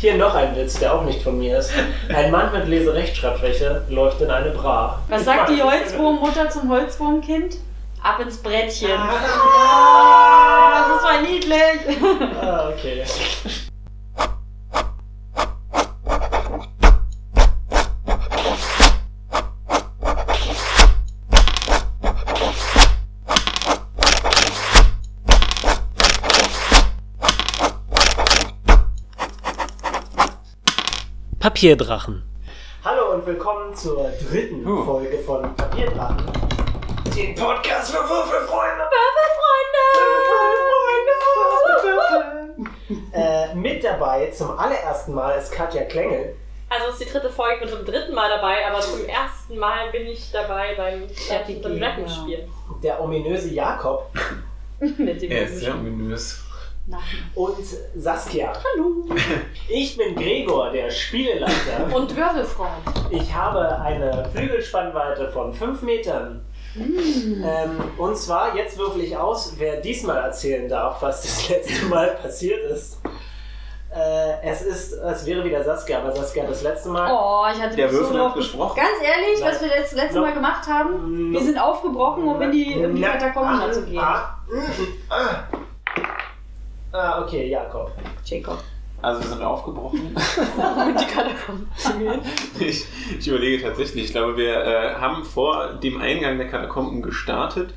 Hier noch ein Witz, der auch nicht von mir ist. Ein Mann mit Leserechtschreibschwäche läuft in eine Bra. Was sagt die Holzwurmmutter zum Holzwurmkind? Ab ins Brettchen. Ah. Ah, das ist mal niedlich. Ah, okay. Papierdrachen. Hallo und willkommen zur dritten Huh. Folge von Papierdrachen. Den Podcast für Würfelfreunde. Würfelfreunde. äh, mit dabei zum allerersten Mal ist Katja Klengel. Also es ist die dritte Folge, ich bin zum dritten Mal dabei, aber zum ersten Mal bin ich dabei beim Dungeons and Dragons Spiel. der ominöse Jakob Mit dem Er ist sehr ominös. Nacken. und Saskia. Hallo. Ich bin Gregor, der Spieleleiter. Und Würfelfreund. Ich habe eine Flügelspannweite von 5 Metern. Ähm, und zwar, jetzt würfel ich aus, wer diesmal erzählen darf, was das letzte Mal passiert ist. Äh, es ist, es wäre wieder Saskia, aber Saskia das letzte Mal. Oh, ich hatte Der mich so Würfel drauf hat gesprochen. gesprochen. Ganz ehrlich, Nein. was wir das letzte No. Mal gemacht haben, wir No. sind aufgebrochen, um in die, um die Na, Katakomben ah, zu gehen. Ah, mm, ah. ah, okay, Jakob. Jacob. Also wir sind aufgebrochen. Und die Katakomben zu gehen. Ich, ich überlege tatsächlich. Ich glaube, wir äh, haben vor dem Eingang der Katakomben gestartet.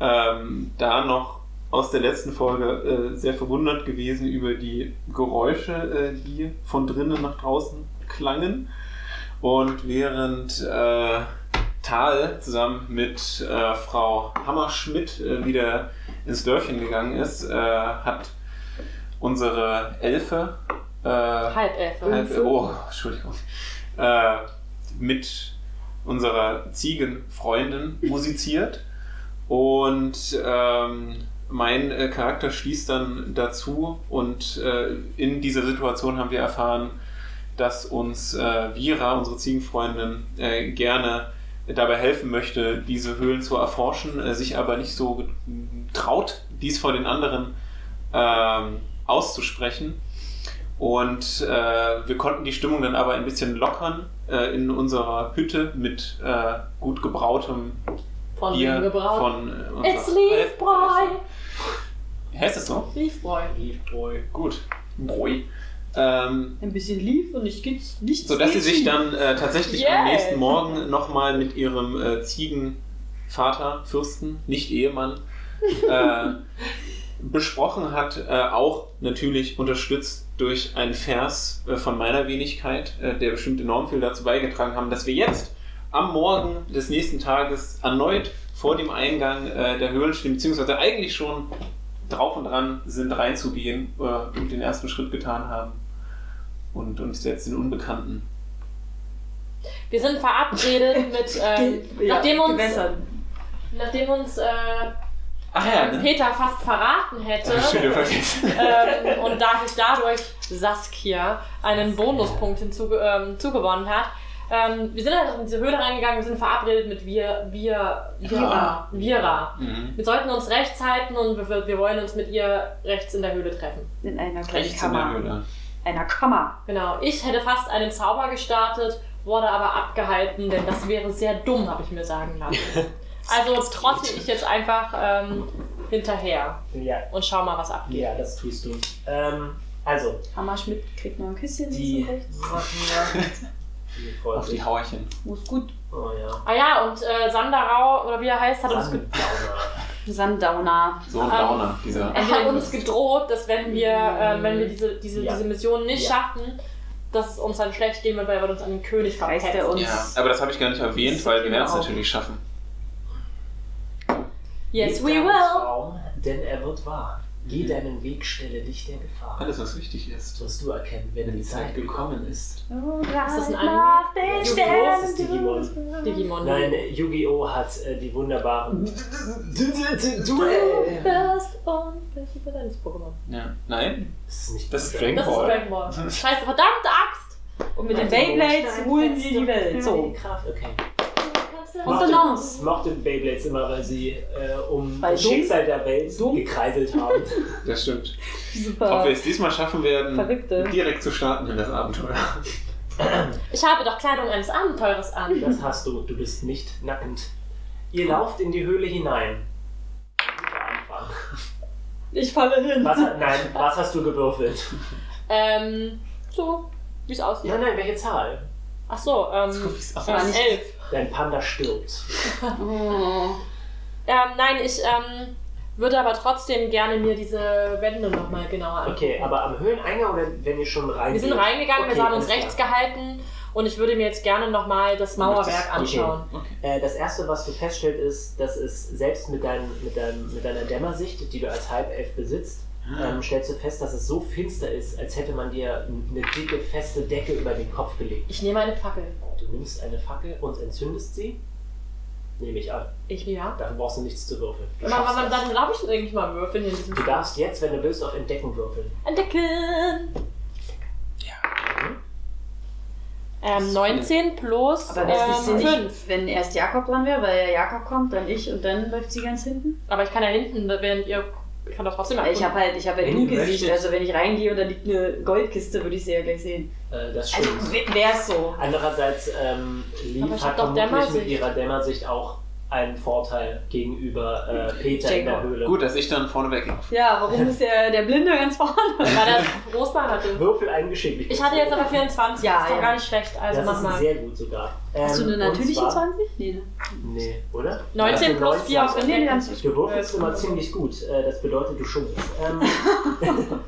Ähm, da noch aus der letzten Folge äh, sehr verwundert gewesen über die Geräusche, äh, die von drinnen nach draußen klangen. Und während äh, Thal zusammen mit äh, Frau Hammerschmidt äh, wieder ins Dörfchen gegangen ist, äh, hat unsere Elfe äh, Halbelfe. Halb, oh, Entschuldigung. Äh, mit unserer Ziegenfreundin musiziert. Und ähm, mein äh, Charakter schließt dann dazu. Und äh, in dieser Situation haben wir erfahren, dass uns äh, Vira, unsere Ziegenfreundin, äh, gerne dabei helfen möchte, diese Höhlen zu erforschen, äh, sich aber nicht so traut, dies vor den anderen ähm, auszusprechen. Und äh, wir konnten die Stimmung dann aber ein bisschen lockern äh, in unserer Hütte mit äh, gut gebrautem Von Bier wem gebraut? von äh, unserer- It's Leaf Boy! Heißt es so? Leaf Boy. Liefbräu. Gut. Broi. Ähm, Ein bisschen lief und ich gibt's nichts. sodass sie sich gegen. dann äh, tatsächlich Yes. am nächsten Morgen nochmal mit ihrem äh, Ziegenvater, Fürsten, nicht Ehemann, äh, besprochen hat, äh, auch natürlich unterstützt durch einen Vers äh, von meiner Wenigkeit, äh, der bestimmt enorm viel dazu beigetragen haben, dass wir jetzt am Morgen des nächsten Tages erneut vor dem Eingang äh, der Höhlen stehen, beziehungsweise eigentlich schon drauf und dran sind reinzugehen äh, und den ersten Schritt getan haben und uns jetzt den Unbekannten Wir sind verabredet mit, ähm, Ja, nachdem uns, gewässert. nachdem uns äh, Ach ja, ne? Peter fast verraten hätte Hab ich schon wieder vergessen. ähm, und da sich dadurch Saskia einen Bonuspunkt hinzuge ähm, zugewonnen hat. Ähm, wir sind dann in diese Höhle reingegangen, wir sind verabredet mit wir, wir, Ja. Vira. Vira. Mhm. Wir sollten uns rechts halten und wir, wir wollen uns mit ihr rechts in der Höhle treffen. In einer kleinen Rechts in der Kammer. Höhle. Einer Kammer. Genau. Ich hätte fast einen Zauber gestartet, wurde aber abgehalten, denn das wäre sehr dumm, habe ich mir sagen lassen. Also trotte ich jetzt einfach ähm, hinterher Ja, und schau mal, was abgeht. ja, das tust du. Ähm, also, Hammer Schmidt kriegt noch ein Küsschen. die. links und rechts. Die freut Auf die sich. Hauerchen. Muss gut. Oh ja. Ah ja, und äh, Sandarau, oder wie er heißt, hat uns, ge Sandlauner. Sundowner. So ein Ähm, Ah. Downer, dieser. er hat uns gedroht, dass wenn wir, äh, wenn wir diese, diese, Ja. diese Mission nicht Ja. schaffen, dass es uns dann schlecht gehen wird, weil wir uns an den König Weiß der verpetzen. uns- Ja, aber das habe ich gar nicht erwähnt, weil wir werden es natürlich schaffen. Yes, Lieb we deinen will! Traum, denn er wird wahr. Geh Mhm. deinen Weg, stelle dich der Gefahr. Alles, was wichtig ist. Das wirst du erkennen, wenn die Zeit gekommen ist. Ist das ein Anime? Yu-Gi-Oh! Das ist Digimon. Digimon. Nein, Yu-Gi-Oh! hat äh, die wunderbaren Duell. bist unbesiegbar deines Pokémon. Ja. Nein? Das ist nicht Das ist perfekt. Dragon Das ist Ball. Dragon Ball. Scheiße, verdammte Axt! Und mit den Beyblades holen wir die Welt. So. Kraft, okay. Resonanz. mochte, mochte Beyblades immer, weil sie äh, um Weil das dumm? Schicksal der Welt Dumm? gekreiselt haben. Das stimmt. Ob wir Super. es diesmal schaffen werden, Verrückte. direkt zu starten in das Abenteuer. Ich habe doch Kleidung eines Abenteurers an. Das hast du, du bist nicht nackend. Ihr lauft in die Höhle hinein. Guter Anfang. Ich falle hin. Was, nein, was hast du gewürfelt? ähm, so, wie es aussieht. Nein, nein, welche Zahl? Ach so, ähm, aussieht. ähm, elf. Dein Panda stirbt. Oh. Ähm, nein, ich ähm, würde aber trotzdem gerne mir diese Wände nochmal genauer angucken. Okay, aber am Höhleneingang oder wenn ihr schon rein Wir sind geht? reingegangen, Okay, wir haben uns alles rechts klar. gehalten und ich würde mir jetzt gerne nochmal das Mauerwerk anschauen. Okay. Äh, das erste, was du feststellst, ist, dass es selbst mit, deinem, mit, deinem, mit deiner Dämmersicht, die du als Halbelf besitzt, ähm, stellst du fest, dass es so finster ist, als hätte man dir eine dicke, feste Decke über den Kopf gelegt. Ich nehme eine Fackel. Du nimmst eine Fackel und entzündest sie. Nehme ich an. Ich ja. Dafür brauchst du nichts zu würfeln. Du Aber, schaffst aber das. dann glaube ich irgendwie mal würfeln hier in diesem Du darfst jetzt, wenn du willst, auf Entdecken würfeln. Entdecken! Ähm, 19 plus Aber ähm, wäre es nicht fünf. sinnig, wenn erst Jakob dran wäre, weil ja Jakob kommt, dann ich und dann läuft sie ganz hinten? Aber ich kann ja hinten, während ihr. Ich kann doch trotzdem Weil ich habe halt, ich habe halt Wenn du du Gesicht, möchtest. also wenn ich reingehe und da liegt eine Goldkiste, würde ich sie ja gleich sehen. Äh, das Also stimmt. wäre es so. Andererseits, ähm, Aber Leaf ich hat hab doch vermutlich mit Dämmersicht. ihrer Dämmersicht auch einen Vorteil gegenüber äh, Peter in der Jacob. Höhle. Gut, dass ich dann vorne weglaufe. Ja, warum ist der, der Blinde ganz Ähm, vorne? Weil das Großbein hatte. Würfel einen Geschicklichkeit. Ich hatte jetzt aber 24, Ja, ist doch ja. gar nicht schlecht. Also das mach ist mal. sehr gut sogar. Hast du Ähm, eine und natürliche zwar- 20? Nee. ne? Nee, oder? 19 Also plus 4 auf 19. Nee, nee, Entdecken. ganz Du würfelst immer ziemlich gut. Äh, Das bedeutet, du schummelst. Ähm,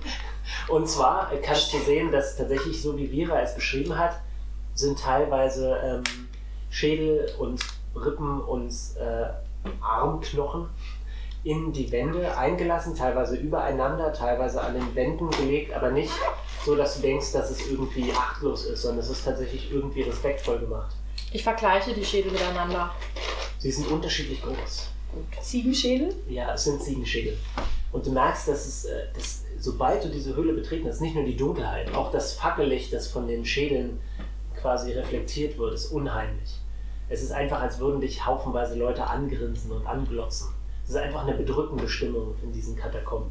und zwar kannst du sehen, dass tatsächlich, so wie Vera es beschrieben hat, sind teilweise ähm, Schädel und Rippen und äh, Armknochen in die Wände eingelassen, teilweise übereinander, teilweise an den Wänden gelegt, aber nicht so, dass du denkst, dass es irgendwie achtlos ist, sondern es ist tatsächlich irgendwie respektvoll gemacht. Ich vergleiche die Schädel miteinander. Sie sind unterschiedlich groß. Ziegenschädel? Ja, es sind Ziegenschädel. Und du merkst, dass es, äh, dass, sobald du diese Höhle betreten hast, nicht nur die Dunkelheit, auch das Fackellicht, das von den Schädeln quasi reflektiert wird, ist unheimlich. Es ist einfach, als würden dich haufenweise Leute angrinsen und anglotzen. Es ist einfach eine bedrückende Stimmung in diesen Katakomben.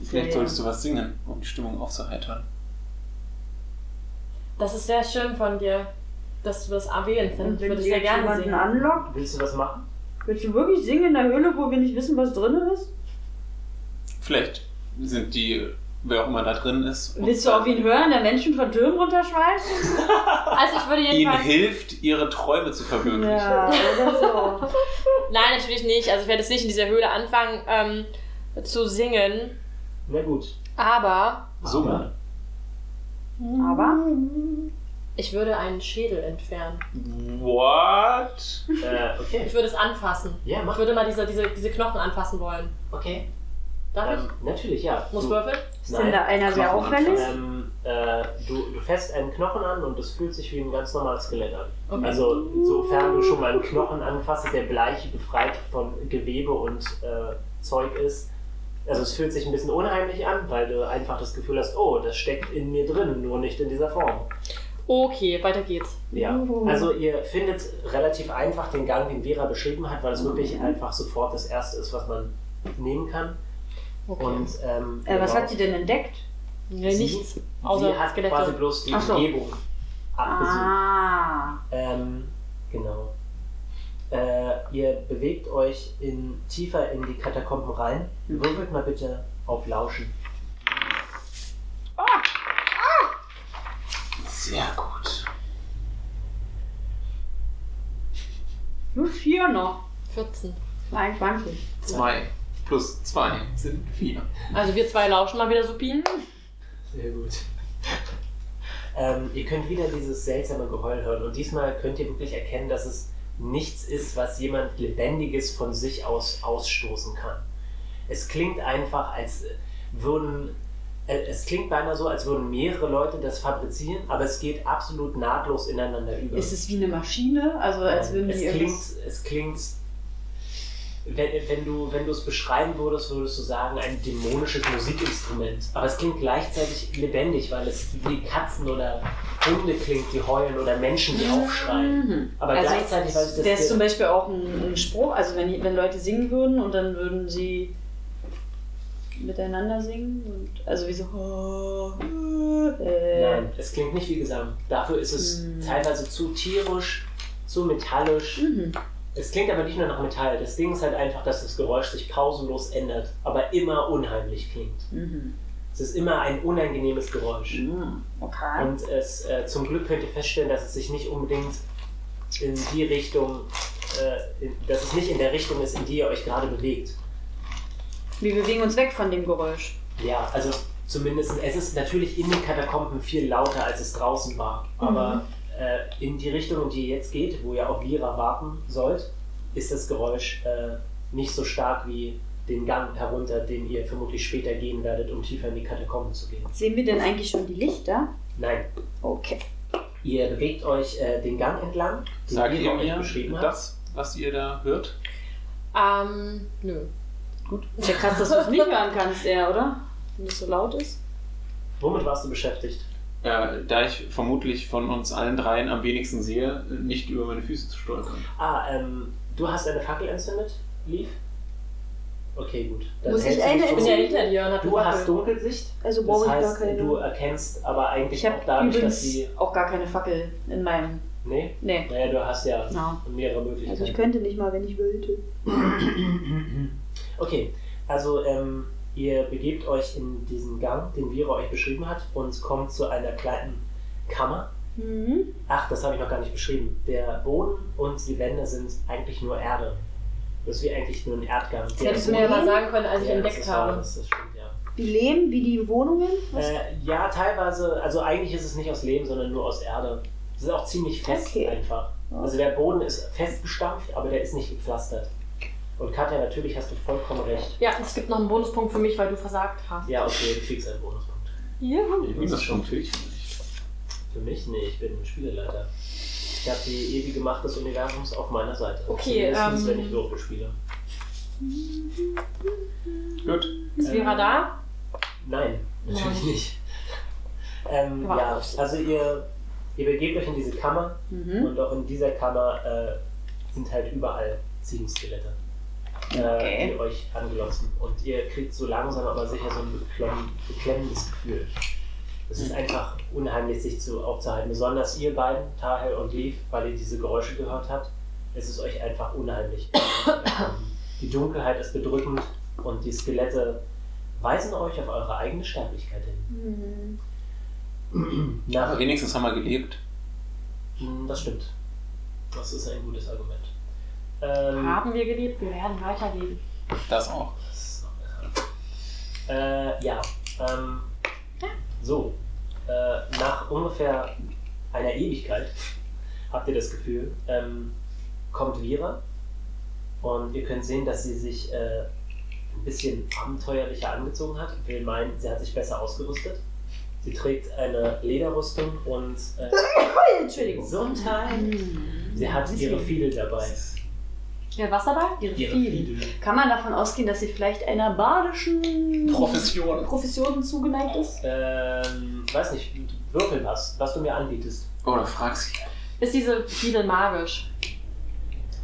Vielleicht Ja, solltest du was singen, um die Stimmung aufzuheitern. Das ist sehr schön von dir, dass du das erwähnst. Dann Und würde wenn ich sie sehr jetzt gerne jemanden sehen. anlockt, Willst du was machen? willst du wirklich singen in der Höhle, wo wir nicht wissen, was drin ist? Vielleicht sind die, wer auch immer da drin ist, uns Willst du auf ihn hören, der Menschen von Türmen runterschmeißt? Also ich würde ihnen jedenfalls. hilft, ihre Träume zu verwirklichen. Ja, oder so. Nein, natürlich nicht. Also ich werde jetzt nicht in dieser Höhle anfangen ähm, zu singen. Na gut. Aber So, Aber Aber? ich würde einen Schädel entfernen. What? Äh, okay. Ich würde es anfassen. Ja, Ich mach. würde mal diese, diese, diese Knochen anfassen wollen. Okay. Darf Ähm, ich? natürlich, ja. Muss Du- würfeln? Ist denn Nein. da einer sehr Knochen auffällig? Ähm, äh, du, du fährst einen Knochen an und es fühlt sich wie ein ganz normales Skelett an. Okay. Also sofern du schon mal einen Knochen anfasst, der bleich befreit von Gewebe und äh, Zeug ist. Also es fühlt sich ein bisschen unheimlich an, weil du einfach das Gefühl hast, oh, das steckt in mir drin, nur nicht in dieser Form. Okay, weiter geht's. Ja. Uh. Also ihr findet relativ einfach den Gang, den Vera beschrieben hat, weil es wirklich einfach sofort das Erste ist, was man nehmen kann. Okay. Und ähm, Äh, was genau, hat sie denn entdeckt? nee, Sie- nichts. Außer sie hat quasi Skelette. bloß die Ach so. Umgebung abgesucht. Ah. Ähm, genau. Äh, ihr bewegt euch in, tiefer in die Katakomben rein. Würfelt mal bitte auf Lauschen. Sehr gut. Nur vier noch. 14. 22. Zwei plus zwei sind vier. Also wir zwei lauschen mal wieder Supin. Sehr gut. ähm, ihr könnt wieder dieses seltsame Geheul hören und diesmal könnt ihr wirklich erkennen, dass es nichts ist, was jemand Lebendiges von sich aus ausstoßen kann. Es klingt einfach, als würden. äh, Es klingt beinahe so, als würden mehrere Leute das fabrizieren, aber es geht absolut nahtlos ineinander über. Ist es wie eine Maschine? Also als würden es die klingt, irgendwas- es klingt wenn, wenn du wenn du es beschreiben würdest, würdest du sagen, ein dämonisches Musikinstrument. Aber es klingt gleichzeitig lebendig, weil es wie Katzen oder Hunde klingt, die heulen oder Menschen, die aufschreien. Mhm. Aber gleichzeitig, weil ich das- Der ist zum Beispiel auch ein, ein Spruch, also wenn, wenn Leute singen würden und dann würden sie miteinander singen und also wie so. äh, Nein, es klingt nicht wie Gesang. Dafür ist es Mhm. teilweise zu tierisch, zu metallisch. Mhm. Es klingt aber nicht nur nach Metall. Das Ding ist halt einfach, dass das Geräusch sich pausenlos ändert, aber immer unheimlich klingt. Mhm. Es ist immer ein unangenehmes Geräusch. Mhm. Okay. Und es äh, zum Glück könnt ihr feststellen, dass es sich nicht unbedingt in die Richtung, äh, in, dass es nicht in der Richtung ist, in die ihr euch gerade bewegt. Wir bewegen uns weg von dem Geräusch. Ja, also zumindest, es ist natürlich in den Katakomben viel lauter, als es draußen war. Aber äh, in die Richtung, in die ihr jetzt geht, wo ihr auf Lira warten sollt, ist das Geräusch äh, nicht so stark wie den Gang herunter, den ihr vermutlich später gehen werdet, um tiefer in die Katakomben zu gehen. Sehen wir denn eigentlich schon die Lichter? Nein, Okay. ihr bewegt euch äh, den Gang entlang, den Sagt ihr Lira euch mir das, was ihr da hört? Ähm, nö. Ist ja krass, dass du es nicht hören kannst, eher, oder? Wenn es so laut ist. Womit warst du beschäftigt? Äh, da ich vermutlich von uns allen dreien am wenigsten sehe, nicht über meine Füße zu stolpern. Ah, ähm, du hast eine Fackel entzündet, Leaf? Okay, gut. Muss ich hältst du eine dich Ich so- bin ja hinter dir und hab Du gesagt, hast Dunkelsicht. Also brauche Das ich heißt, gar keine. du erkennst aber eigentlich Ich auch habe dadurch, übrigens dass die. auch gar keine Fackel in meinem. Nee? Nee. Naja, du hast ja Ja. mehrere Also ich Möglichkeiten. könnte nicht mal, wenn ich wollte. okay, also ähm, ihr begebt euch in diesen Gang, den Vira euch beschrieben hat, und kommt zu einer kleinen Kammer. Mhm. Ach, das habe ich noch gar nicht beschrieben. Der Boden und die Wände sind eigentlich nur Erde. Das ist wie eigentlich nur ein Erdgang. Das hättest du mir ja mal sagen können, als ich ja, das entdeckt ist wahr, habe. Das, das stimmt, ja. Wie Lehm, wie die Wohnungen? Was? Äh, ja, teilweise. Also eigentlich ist es nicht aus Lehm, sondern nur aus Erde. Es ist auch ziemlich fest Okay. einfach. Ja. Also der Boden ist festgestampft, aber der ist nicht gepflastert. Und Katja, natürlich hast du vollkommen recht. Ja, es gibt noch einen Bonuspunkt für mich, weil du versagt hast. Ja, okay, du kriegst einen Bonuspunkt. Juhu. Ich das schon natürlich nicht. Für mich? Nee, ich bin Spieleleiter. Ich habe die ewige Macht des Universums auf meiner Seite. Okay, Zumindest, ähm, wenn ich Würfel spiele. Gut. Ist Vera Ähm, da? Nein, natürlich Nein. nicht. Ähm, War ja, auch so. also ihr, ihr begebt euch in diese Kammer. Mhm. Und auch in dieser Kammer äh, sind halt überall Ziegenskelette, äh, Okay. die euch anglotzen. Und ihr kriegt so langsam aber sicher so ein beklemm, beklemmendes Gefühl. Es Mhm. ist einfach unheimlich, sich zu aufzuhalten. Besonders ihr beiden, Tahel und Leaf, weil ihr diese Geräusche gehört habt. Es ist euch einfach unheimlich. Ähm, die Dunkelheit ist bedrückend und die Skelette weisen euch auf eure eigene Sterblichkeit hin. Mhm. Nach, Aber wenigstens haben wir gelebt. Hm, Das stimmt. Das ist ein gutes Argument. Ähm, Haben wir gelebt, wir werden weiterleben. Das auch. das ist noch besser. Äh, ja. Ähm, so. Äh, nach ungefähr einer Ewigkeit habt ihr das Gefühl, ähm, kommt Vira und ihr könnt sehen, dass sie sich äh, ein bisschen abenteuerlicher angezogen hat. Will meinen, sie hat sich besser ausgerüstet. Sie trägt eine Lederrüstung und äh, Entschuldigung. Gesundheit. Mhm. Sie hat ihre Fiedel dabei. Hm. Wer was dabei? Ihre Ihre Fiedel. Fiedel. Kann man davon ausgehen, dass sie vielleicht einer badischen Profession. Profession zugeneigt ist? Ähm, weiß nicht, würfel was, was du mir anbietest. Oder frag sie. Ist diese Fiedel magisch?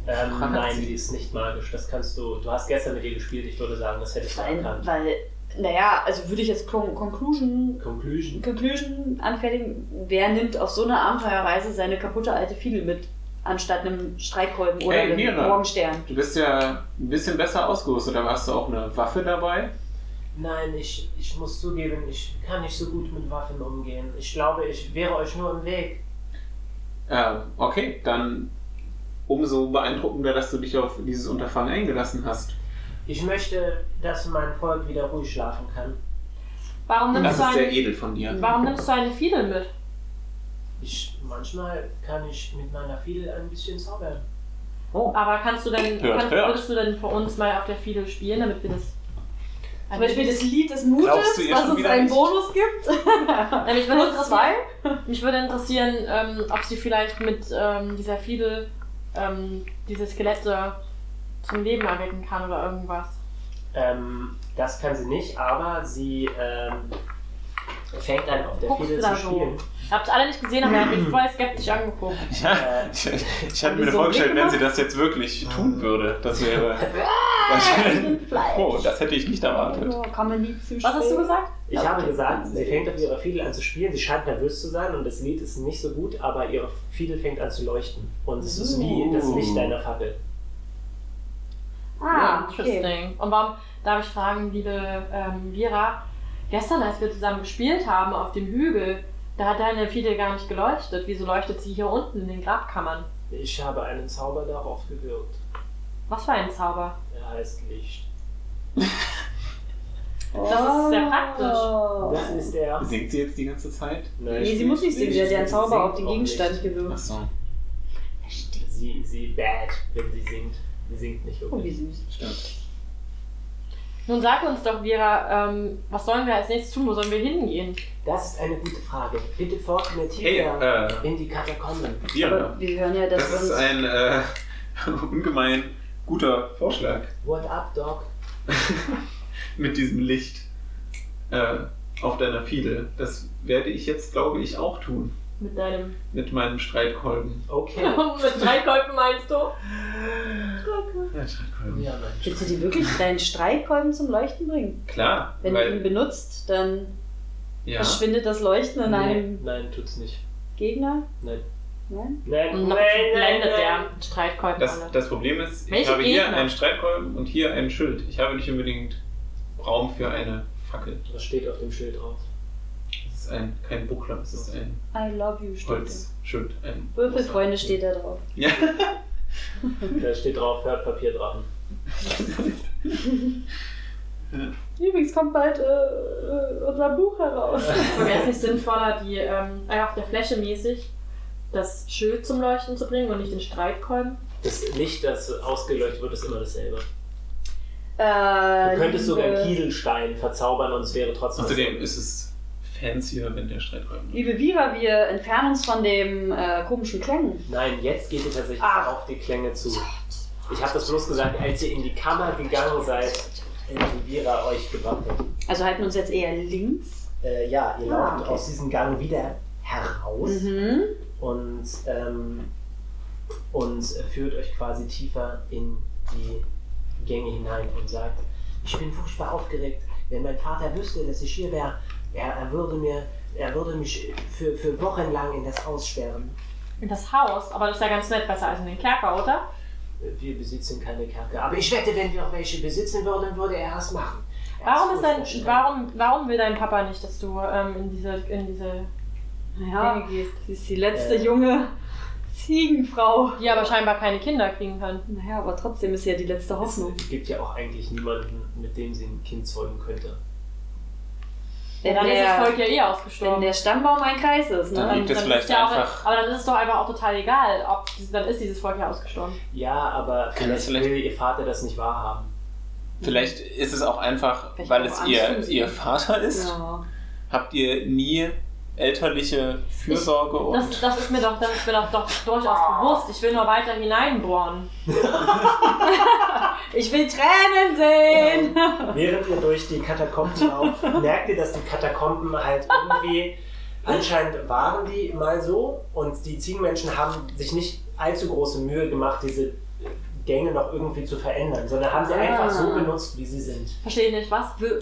Ähm, Frag nein, sie. die ist nicht magisch. Das kannst du. Du hast gestern mit ihr gespielt, ich würde sagen, das hättest du Weil, erkannt. weil naja, also würde ich jetzt Con Conclusion, Conclusion. Conclusion anfertigen, wer nimmt auf so eine Abenteuerreise seine kaputte alte Fiedel mit, anstatt einem Streitkolben oder Hey, einem Mira. Morgenstern? Du bist ja ein bisschen besser ausgerüstet, aber hast du auch eine Waffe dabei? Nein, ich, ich muss zugeben, ich kann nicht so gut mit Waffen umgehen. Ich glaube, ich wäre euch nur im Weg. Äh, okay, dann umso beeindruckender, dass du dich auf dieses Unterfangen eingelassen hast. Ich möchte, dass mein Volk wieder ruhig schlafen kann. Warum nimmst, Das du ist sehr eine, edel von dir. warum nimmst du eine Fiedel mit? Ich manchmal kann ich mit meiner Fiedel ein bisschen zaubern. Aber kannst du denn, Hört, kannst, hört. würdest du denn für uns mal auf der Fiedel spielen, damit wir das. Zum Beispiel das Lied des Mutes, Glaubst du ihr was schon uns wieder einen nicht? Bonus gibt. Ja, Äh, mich, würde Plus zwei. interessieren, mich würde interessieren, ähm, ob sie vielleicht mit ähm, dieser Fiedel ähm, diese Skelette zum Leben erwecken kann oder irgendwas. Ähm, das kann sie nicht, aber sie ähm, fängt einen auf der Guckst Fiedel du zu da so? spielen. Ihr habt es alle nicht gesehen, aber ihr habt mich voll skeptisch angeguckt. Äh, Ja, ich, ich Haben hatte die mir so vorgestellt, einen Blick wenn sie das jetzt wirklich tun würde, das wäre. Ah, oh, das hätte ich nicht erwartet. Also, Komme nie zu spät. Was hast du gesagt? Ich habe gesagt, sie fängt auf ihrer Fiedel an zu spielen. Sie scheint nervös zu sein und das Lied ist nicht so gut, aber ihre Fiedel fängt an zu leuchten. Und es ist wie das Licht einer Fackel. Ah, Ah, okay. Ne? interesting. Und warum, darf ich fragen, liebe ähm, Vera, gestern, als wir zusammen gespielt haben auf dem Hügel, da hat deine Fiedel gar nicht geleuchtet. Wieso leuchtet sie hier unten in den Grabkammern? Ich habe einen Zauber darauf gewirkt. Was für ein Zauber. Er heißt Licht. Das ist sehr praktisch. Ah. Das ist der. Singt sie jetzt die ganze Zeit? Nein, Nee, Oh. sie stimmt muss nicht singen, sie hat ja einen Sie Zauber auf singt den auch Gegenstand nicht. gewirkt. Achso, Sie, sie bad, wenn sie singt. Sie singt nicht Oh, wirklich. wie süß. stimmt. Nun sag uns doch, Vera, ähm, was sollen wir als nächstes tun? Wo sollen wir hingehen? Das ist eine gute Frage. Bitte fort mit Hey, Tiger äh, in die Katakomben. Bier. genau. Aber wir hören ja, dass Das ist uns ein äh, ungemein guter Vorschlag What up, Dog? mit diesem Licht äh, auf deiner Fiedel. Das werde ich jetzt, glaube ich, auch tun. Mit deinem. Mit meinem Streitkolben. Okay. mit drei Kolben meinst du? Ja, Streitkolben. Ja, Mensch. Willst du dir wirklich deinen Streitkolben zum Leuchten bringen? Klar, Wenn du ihn weil. benutzt, dann Ja. verschwindet das Leuchten in Nein, einem nein, tut's nicht. Gegner? Nein. Nein? Nein, Und noch blendet der Streitkolben Das, alle. das Problem ist, ich Welche habe hier Gegner? einen Streitkolben und hier ein Schild. Ich habe nicht unbedingt Raum für eine Fackel. Das steht auf dem Schild drauf. Es ist ein, kein Buckler, es ist ein I love you steht da. Holzschild. Ein Würfelfreunde steht da drauf. Ja. Da steht drauf, hört Papierdrachen. Übrigens kommt bald äh, äh, unser Buch heraus. Wäre es nicht sinnvoller, die ähm, einfach auf der Fläche mäßig das Schild zum Leuchten zu bringen und nicht den Streitkolben? Das Licht, das ausgeleuchtet wird, ist immer dasselbe. Äh, Du könntest liebe- sogar Kieselstein verzaubern und es wäre trotzdem. Außerdem ist es fancier, wenn der Streitkolben. Liebe Vira, wir entfernen uns von dem äh, komischen Klang. Nein, jetzt geht ihr tatsächlich Ach. auf die Klänge zu. Ich habe das bloß gesagt, als ihr in die Kammer gegangen seid, in die Vera euch gebracht hat. Also halten wir uns jetzt eher links. Äh, ja, ihr Ah, lauft okay. aus diesem Gang wieder heraus Mhm. und, ähm, und führt euch quasi tiefer in die Gänge hinein und sagt, ich bin furchtbar aufgeregt. Wenn mein Vater wüsste, dass ich hier wäre, er, er, würde, mir, er würde mich für, für Wochen lang in das Haus sperren. In das Haus, aber das ist ja ganz nett besser als in den Kerker, oder? Wir besitzen keine Kerker. Aber ich wette, wenn wir noch welche besitzen würden, würde er es machen. Er Warum, hat's ist dein, vorgestellt. warum, warum will dein Papa nicht, dass du ähm, in diese, in diese Dinge Naja, gehst? sie ist die letzte Äh. junge Ziegenfrau. Die aber scheinbar keine Kinder kriegen können. Naja, aber trotzdem ist sie ja die letzte Hoffnung. Es gibt ja auch eigentlich niemanden, mit dem sie ein Kind zeugen könnte. Ja, dann ist das Volk ja eh ausgestorben. wenn der Stammbaum ein Kreis ist, ne? Dann liegt es ist vielleicht ja auch, einfach. aber dann ist es doch einfach auch total egal, ob diese- dann ist dieses Volk ja ausgestorben. Ja, aber Kann das vielleicht vielleicht- will ihr Vater das nicht wahrhaben. Vielleicht ist es auch einfach, Vielleicht weil auch es Angst um ihr, sie. ihr Vater ist. Ja. Habt ihr nie elterliche Fürsorge Das, und. das ist mir doch, das ist mir doch, doch durchaus bewusst. Ich will nur weiter hineinbohren. Ich will Tränen sehen! Genau. Während ihr durch die Katakomben lauft, merkt ihr, dass die Katakomben halt irgendwie. Anscheinend waren die mal so und die Ziegenmenschen haben sich nicht allzu große Mühe gemacht, diese Gänge noch irgendwie zu verändern, sondern haben sie Ah. einfach so benutzt, wie sie sind. Verstehe nicht, was? Wir-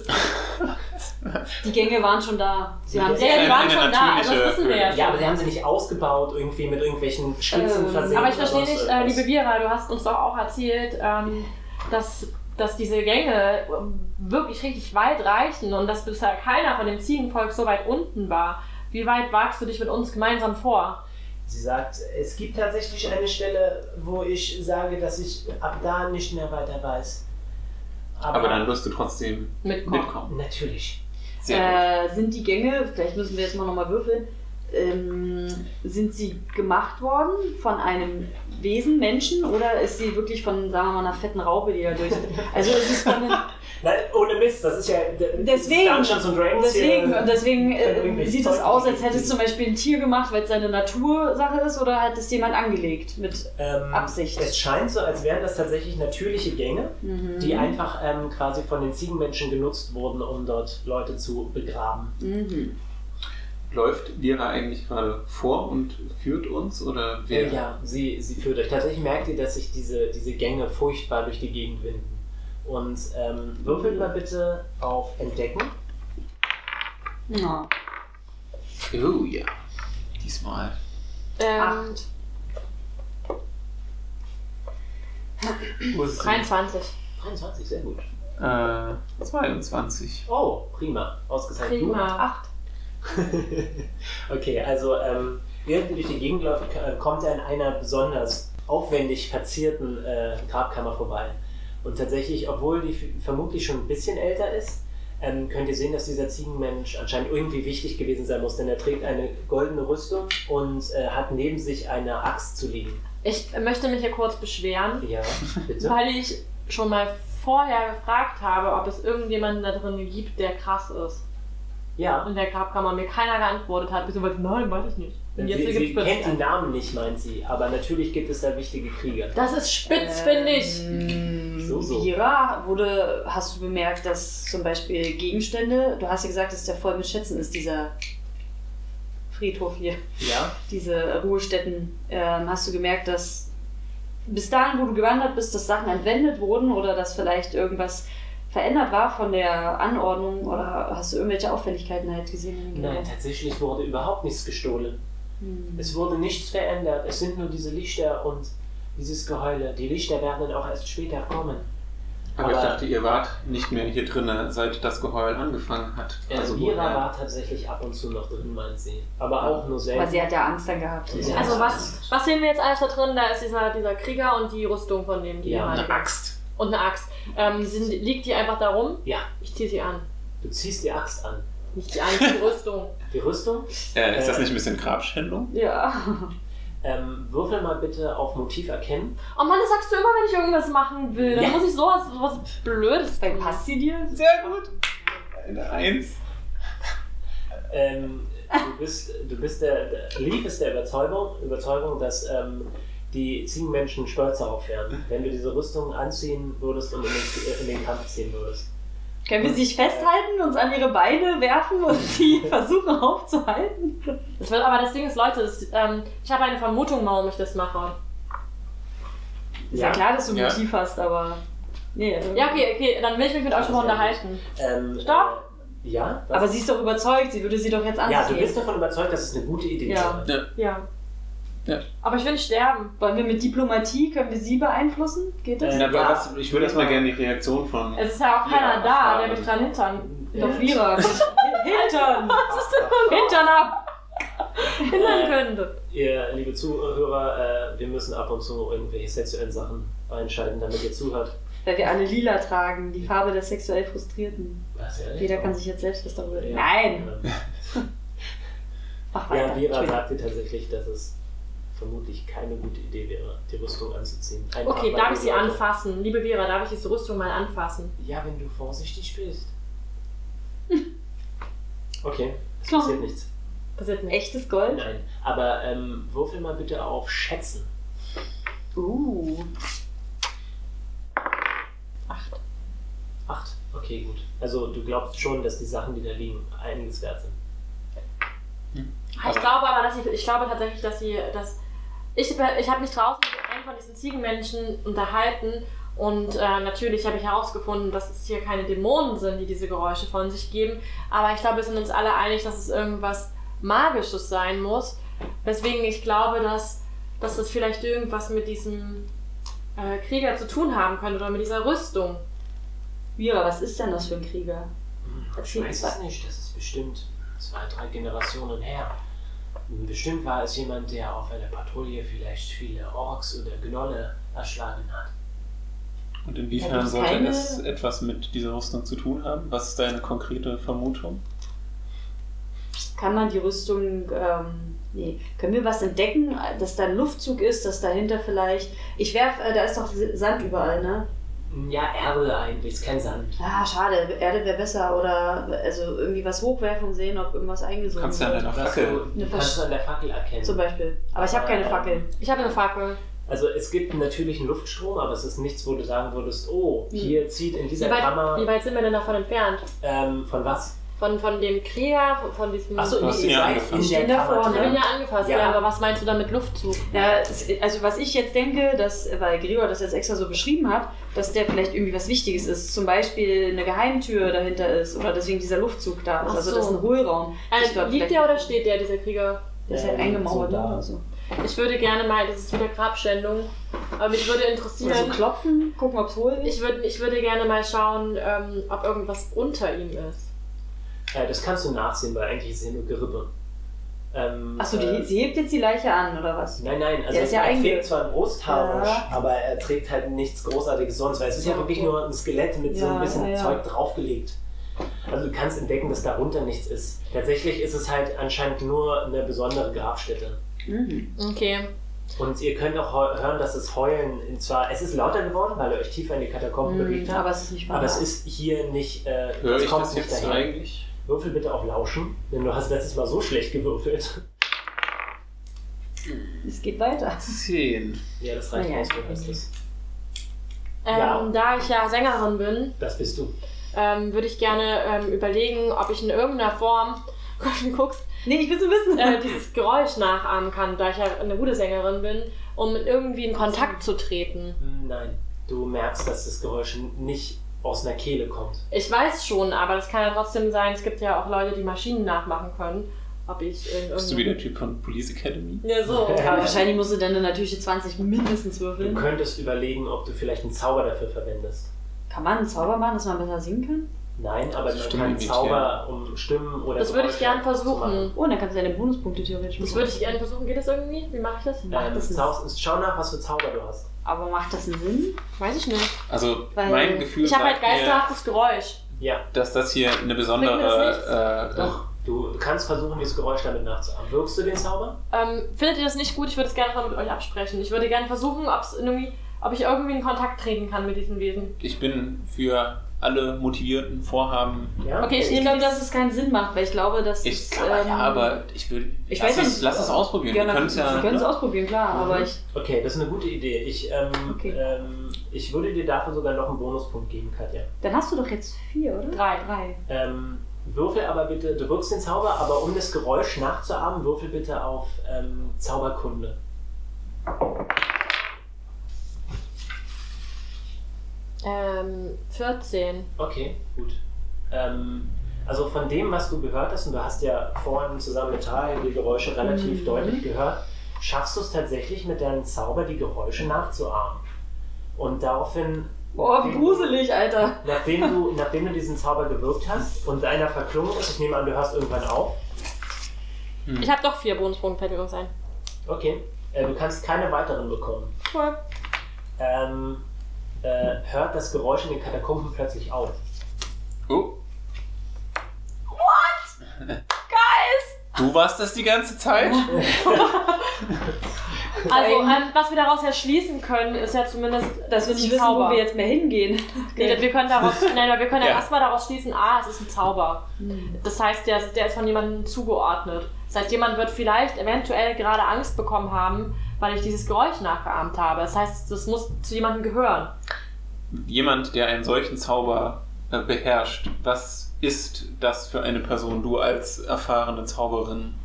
Genau. Die Gänge waren schon da. Sie Ja, haben das Ja, eine die waren schon da, also natürliche das wissen wir ja Höhe. schon. Ja, aber sie haben sie nicht ausgebaut, irgendwie mit irgendwelchen Spitzen Ähm, versehen. Aber ich oder verstehe sonst nicht, äh, irgendwas. liebe Vira, du hast uns doch auch erzählt, ähm, dass, dass diese Gänge ähm, wirklich richtig weit reichen und dass bisher keiner von dem Ziegenvolk so weit unten war. Wie weit wagst du dich mit uns gemeinsam vor? Sie sagt, es gibt tatsächlich eine Stelle, wo ich sage, dass ich ab da nicht mehr weiter weiß. Aber, Aber dann wirst du trotzdem Mitkommen. mitkommen. natürlich. Sehr gut. Äh, sind die Gänge, vielleicht müssen wir jetzt mal nochmal würfeln, ähm, sind sie gemacht worden von einem Wesen, Menschen, oder ist sie wirklich von, sagen wir mal, einer fetten Raupe, die da durch... Also es ist von einem, Nein, ohne Mist, das ist ja Deswegen. Dungeons and Dragons. deswegen, hier, und deswegen äh, irgendwie sieht es Zeug aus, als hätte gegeben. es zum Beispiel ein Tier gemacht, weil es seine Natursache ist, oder hat es jemand angelegt mit... ähm, Absicht. Es scheint so, als wären das tatsächlich natürliche Gänge, Mhm. die einfach ähm, quasi von den Ziegenmenschen genutzt wurden, um dort Leute zu begraben. Mhm. Läuft Lira eigentlich gerade vor und führt uns oder wer? Oh Ja, sie, sie führt euch. Tatsächlich merkt ihr, dass sich diese, diese Gänge furchtbar durch die Gegend winden. Und ähm, würfelt mal bitte auf Entdecken. Ja. Oh ja. Diesmal. Ähm, Acht. Wo ist sie? 23. 23, sehr gut. Äh, 22. Oh, prima. Ausgezeichnet. Prima. Acht. okay, also ähm, während ihr durch die Gegend läuft, äh, kommt er an einer besonders aufwendig verzierten äh, Grabkammer vorbei. Und tatsächlich, obwohl die f- vermutlich schon ein bisschen älter ist, ähm, könnt ihr sehen, dass dieser Ziegenmensch anscheinend irgendwie wichtig gewesen sein muss, denn er trägt eine goldene Rüstung und äh, hat neben sich eine Axt zu liegen. Ich möchte mich hier kurz beschweren, Ja, bitte. weil ich schon mal vorher gefragt habe, ob es irgendjemanden da drin gibt, der krass ist. Ja, In der Grabkammer mir keiner geantwortet hat, beziehungsweise nein, weiß ich nicht. Und jetzt Äh, sie, sie ergibt kennt die es. Namen nicht, meint sie, aber natürlich gibt es da wichtige Krieger. Das ist spitz, finde ich. Mm, Ähm, So, so. Vira, wurde, hast du bemerkt, dass zum Beispiel Gegenstände, du hast ja gesagt, dass der voll mit Schätzen ist, dieser Friedhof hier, Ja, diese Ruhestätten. Ähm, hast du gemerkt, dass bis dahin, wo du gewandert bist, dass Sachen entwendet wurden oder dass vielleicht irgendwas verändert war von der Anordnung oder hast du irgendwelche Auffälligkeiten halt gesehen? nein, tatsächlich wurde überhaupt nichts gestohlen. Hm. Es wurde nichts verändert. Es sind nur diese Lichter und dieses Geheule. Die Lichter werden dann auch erst später kommen. Aber, ich Aber- dachte, ihr wart nicht mehr hier drinnen, seit das Geheul angefangen hat. Also woher? Mira war tatsächlich ab und zu noch drin, meint sie. Aber auch nur Weil selten. sie hat ja Angst dann gehabt. Ja. Also was, was sehen wir jetzt alles da drin? Da ist dieser, dieser Krieger und die Rüstung von dem, die Ja, jemand- eine Axt. Und eine Axt. Ähm, sind, liegt die einfach da rum? Ja. Ich ziehe sie an. Du ziehst die Axt an. Nicht die eigentliche Rüstung. Die Rüstung. Äh, ist das nicht ein bisschen Grabschändung? Ja. Ähm, würfel mal bitte auf Motiv erkennen. Oh Mann, das sagst du immer, wenn ich irgendwas machen will. Dann Ja. muss ich sowas, sowas Blödes Dann passt sie dir? Sehr gut. Eine Eins. Ähm, du bist, du bist der, der Leaf ist der Überzeugung, Überzeugung dass ähm, die Ziegenmenschen stolz darauf wären, wenn du diese Rüstung anziehen würdest und in den, in den Kampf ziehen würdest. Können wir sie sich festhalten, uns an ihre Beine werfen und sie versuchen aufzuhalten? Das wird, aber das Ding ist, Leute, das, ähm, ich habe eine Vermutung, warum ich das mache. Ist ja, Ja. klar, dass du ein Ja. Motiv hast, aber. Nee, also- Ja, okay, okay, dann will ich mich mit euch Das mal ist ja unterhalten. Ähm, Stopp. Äh, ja? was? Aber sie ist doch überzeugt, sie würde sie doch jetzt Ja, du ansehen. bist davon überzeugt, dass es eine gute Idee Ja. wäre. Ja. Ja. Aber ich will nicht sterben. Wollen wir mit Diplomatie, können wir sie beeinflussen? Geht das? Äh, Na, aber ja. was, ich würde erstmal gerne die Reaktion von. Also, Es ist ja auch Ja, keiner da, Fragen. der mich dran hintern. Doch, Vira. Hintern! Also, Hintern ab! Hindern Äh. könnte. Ihr, liebe Zuhörer, äh, wir müssen ab und zu irgendwelche sexuellen Sachen einschalten, damit ihr zuhört. Weil wir alle lila tragen, die Farbe der sexuell Frustrierten. Was, ehrlich? Jeder kann sich jetzt selbst was darüber. Ja. Nein! Ja, Mach weiter. Vera Entschuldigung. sagte tatsächlich, dass es vermutlich keine gute Idee wäre, die Rüstung anzuziehen. Einfach, Okay, weil darf die ich sie Leute- anfassen? Liebe Vera, darf ich diese Rüstung mal anfassen? Ja, wenn du vorsichtig bist. Okay, es Klar. passiert nichts. Passiert nicht. Echtes Gold? Nein, aber ähm, würfel mal bitte auf Schätzen. Uh. Acht. Okay, gut. Also du glaubst schon, dass die Sachen, die da liegen, einiges wert sind. Ich glaube aber, dass ich, ich glaube tatsächlich, dass sie, dass ich, ich habe mich draußen mit einem von diesen Ziegenmenschen unterhalten und äh, natürlich habe ich herausgefunden, dass es hier keine Dämonen sind, die diese Geräusche von sich geben. Aber ich glaube, wir sind uns alle einig, dass es irgendwas Magisches sein muss. Weswegen ich glaube, dass, dass das vielleicht irgendwas mit diesem äh, Krieger zu tun haben könnte oder mit dieser Rüstung. Vira, was ist denn das für ein Krieger? Ich weiß es nicht, das ist bestimmt zwei, drei Generationen her. Bestimmt war es jemand, der auf einer Patrouille vielleicht viele Orks oder Gnolle erschlagen hat. Und Da inwiefern gibt's sollte keine- es etwas mit dieser Rüstung zu tun haben? Was ist deine konkrete Vermutung? kann man die Rüstung, ähm, nee, können wir was entdecken, dass da ein Luftzug ist, dass dahinter vielleicht, ich werf, äh, da ist doch Sand überall, ne? Ja, Erde eigentlich, ist kein Sand. Ah, schade, Erde wäre besser oder also irgendwie was hochwerfen sehen, ob irgendwas eingesunken Kannst du an wird. deiner Was du, Fackel. du kannst du an der Fackel erkennen. Zum Beispiel. Aber ich habe keine Fackel. Ich habe eine Fackel. Also es gibt einen natürlichen Luftstrom, aber es ist nichts, wo du sagen würdest, oh, hier zieht in dieser Wie weit, wie Kammer weit sind wir denn davon entfernt? ähm, von was? Von, von dem Krieger, von- von diesem. Achso, Du ihr hast ihn ja seid angefangen. in Stehen der da Kammer. vorne. Ich bin drin. ja angefasst, Ja. ja. aber was meinst du damit Luftzug? Ja, es- also was ich jetzt denke, dass, weil Gregor das jetzt extra so beschrieben hat, dass der vielleicht irgendwie was Wichtiges ist. Zum Beispiel eine Geheimtür dahinter ist oder deswegen dieser Luftzug da ist. Ach Also so. das ist ein Hohlraum. Ich Also, glaub, liegt vielleicht- der oder steht der, dieser Krieger? Der ist halt Ähm, eingemauert so da. ne, oder so. Ich würde gerne mal, das ist wieder Grabschändung, aber mich würde interessieren. Oder Also so Also klopfen, gucken, ob es hohl ist. Ich würde, ich würde gerne mal schauen, ähm, ob irgendwas unter ihm ist. Ja, Äh, das kannst du nachsehen, weil eigentlich ist es ja nur Gerippe. Ähm, Achso, äh, die, sie hebt jetzt die Leiche an oder was? Nein, nein, also Der ist ja er einge- trägt zwar ein Brusthaarwasch, Ja. aber er trägt halt nichts Großartiges sonst, weil es ist ja Ja, wirklich okay. nur ein Skelett mit so Ja, ein bisschen ja, ja. Zeug draufgelegt. Also du kannst entdecken, dass darunter nichts ist. Tatsächlich ist es halt anscheinend nur eine besondere Grabstätte. Mhm. Okay. Und ihr könnt auch heu- hören, dass das Heulen, und zwar, es ist lauter geworden, weil ihr euch tiefer in die Katakomben bewegt habt, Hm, Aber es ist nicht wahr. aber es ist hier nicht, äh, Höre es ich kommt das nicht jetzt dahin. eigentlich? Würfel bitte auch lauschen, denn du hast letztes Mal so schlecht gewürfelt. es geht weiter. Zehn. Ja, das reicht Naja, aus, du ich hörst bin es. Ähm, Ja. Da ich ja Sängerin bin, Das bist du. ähm, würde ich gerne ähm, überlegen, ob ich in irgendeiner Form, Gott, du guckst, Nee, ich will so wissen. äh, dieses Geräusch nachahmen kann, da ich ja eine gute Sängerin bin, um irgendwie in Kontakt zu treten. Hm, Nein, du merkst, dass das Geräusch nicht aus einer Kehle kommt. Ich weiß schon, aber das kann ja trotzdem sein, es gibt ja auch Leute, die Maschinen nachmachen können. Ob ich in Mhm. Bist du wie irgendeinem- der Typ von Police Academy? Ja, so. aber wahrscheinlich musst du dann eine natürliche 20 mindestens Du würfeln. könntest überlegen, ob du vielleicht einen Zauber dafür verwendest. Kann man einen Zauber machen, dass man besser singen kann? Nein, aber Das man stimmt kann nicht, Zauber ja. um Stimmen oder Das würde ich Geräusche gern zu machen. versuchen. Oh, und dann kannst du deine Bonuspunkte theoretisch Das würde ich gerne versuchen. Geht das irgendwie? Wie mache ich das? Mach Ähm, das nicht. Zau- schau nach, was für Zauber du hast. Aber macht das einen Sinn? Weiß ich nicht. Also Weil mein Gefühl Ich habe halt sagt mir, geisterhaftes Geräusch. Ja, dass das hier eine Bringt mir besondere... Äh, doch. Du kannst versuchen, dieses Geräusch damit nachzuahmen. Wirkst du den Zauber? Ähm, findet ihr das nicht gut? Ich würde es gerne mal mit euch absprechen. Ich würde gerne versuchen, ob's irgendwie, ob ich irgendwie in Kontakt treten kann mit diesem Wesen. ich bin für alle motivierten Vorhaben Ja. Okay, ich Ich nehme glaube, dieses- dass es keinen Sinn macht, weil ich glaube, dass Ich es, kann, ja, ähm, aber ich will. ich weiß lass es, nicht. Lass es ausprobieren. Ja, wir können es ja. wir können es ne? ausprobieren, klar, Mhm. aber ich. Okay, das ist eine gute Idee. Ich, ähm, Okay. ähm, ich würde dir dafür sogar noch einen Bonuspunkt geben, Katja. Dann hast du doch jetzt vier, oder? Drei. Drei. Ähm, würfel aber bitte, du wirkst den Zauber, aber um das Geräusch nachzuahmen, würfel bitte auf ähm, Zauberkunde. Ähm, 14. Okay, gut. Ähm, also von dem, was du gehört hast, und du hast ja vorhin zusammen mit Tal die Geräusche Mhm. relativ deutlich gehört, schaffst du es tatsächlich mit deinem Zauber, die Geräusche nachzuahmen. Und daraufhin, Boah, Mhm. wie gruselig, Alter. nachdem du, nachdem du diesen Zauber gewirkt hast und einer verklungen ist, ich nehme an, du hörst irgendwann auf, Hm. Ich habe doch vier Bonuspunkte, fällt mir übrigens ein. okay, äh, du kannst keine weiteren bekommen, Cool. ähm, äh, hört das Geräusch in den Katakomben plötzlich auf. Oh. What? Guys! Du warst das die ganze Zeit? Also, ähm, was wir daraus ja schließen können, ist ja zumindest, Dass wir es nicht ist ein wissen, Zauber. wo wir jetzt mehr hingehen. Nee, wir können daraus, nein, aber wir können ja, Ja. erstmal daraus schließen, ah, es ist ein Zauber. Hm. Das heißt, der, der ist von jemandem zugeordnet. Das heißt, jemand wird vielleicht eventuell gerade Angst bekommen haben, weil ich dieses Geräusch nachgeahmt habe. Das heißt, das muss zu jemandem gehören. Jemand, der einen solchen Zauber äh, beherrscht, was ist das für eine Person, du als erfahrene Zauberin?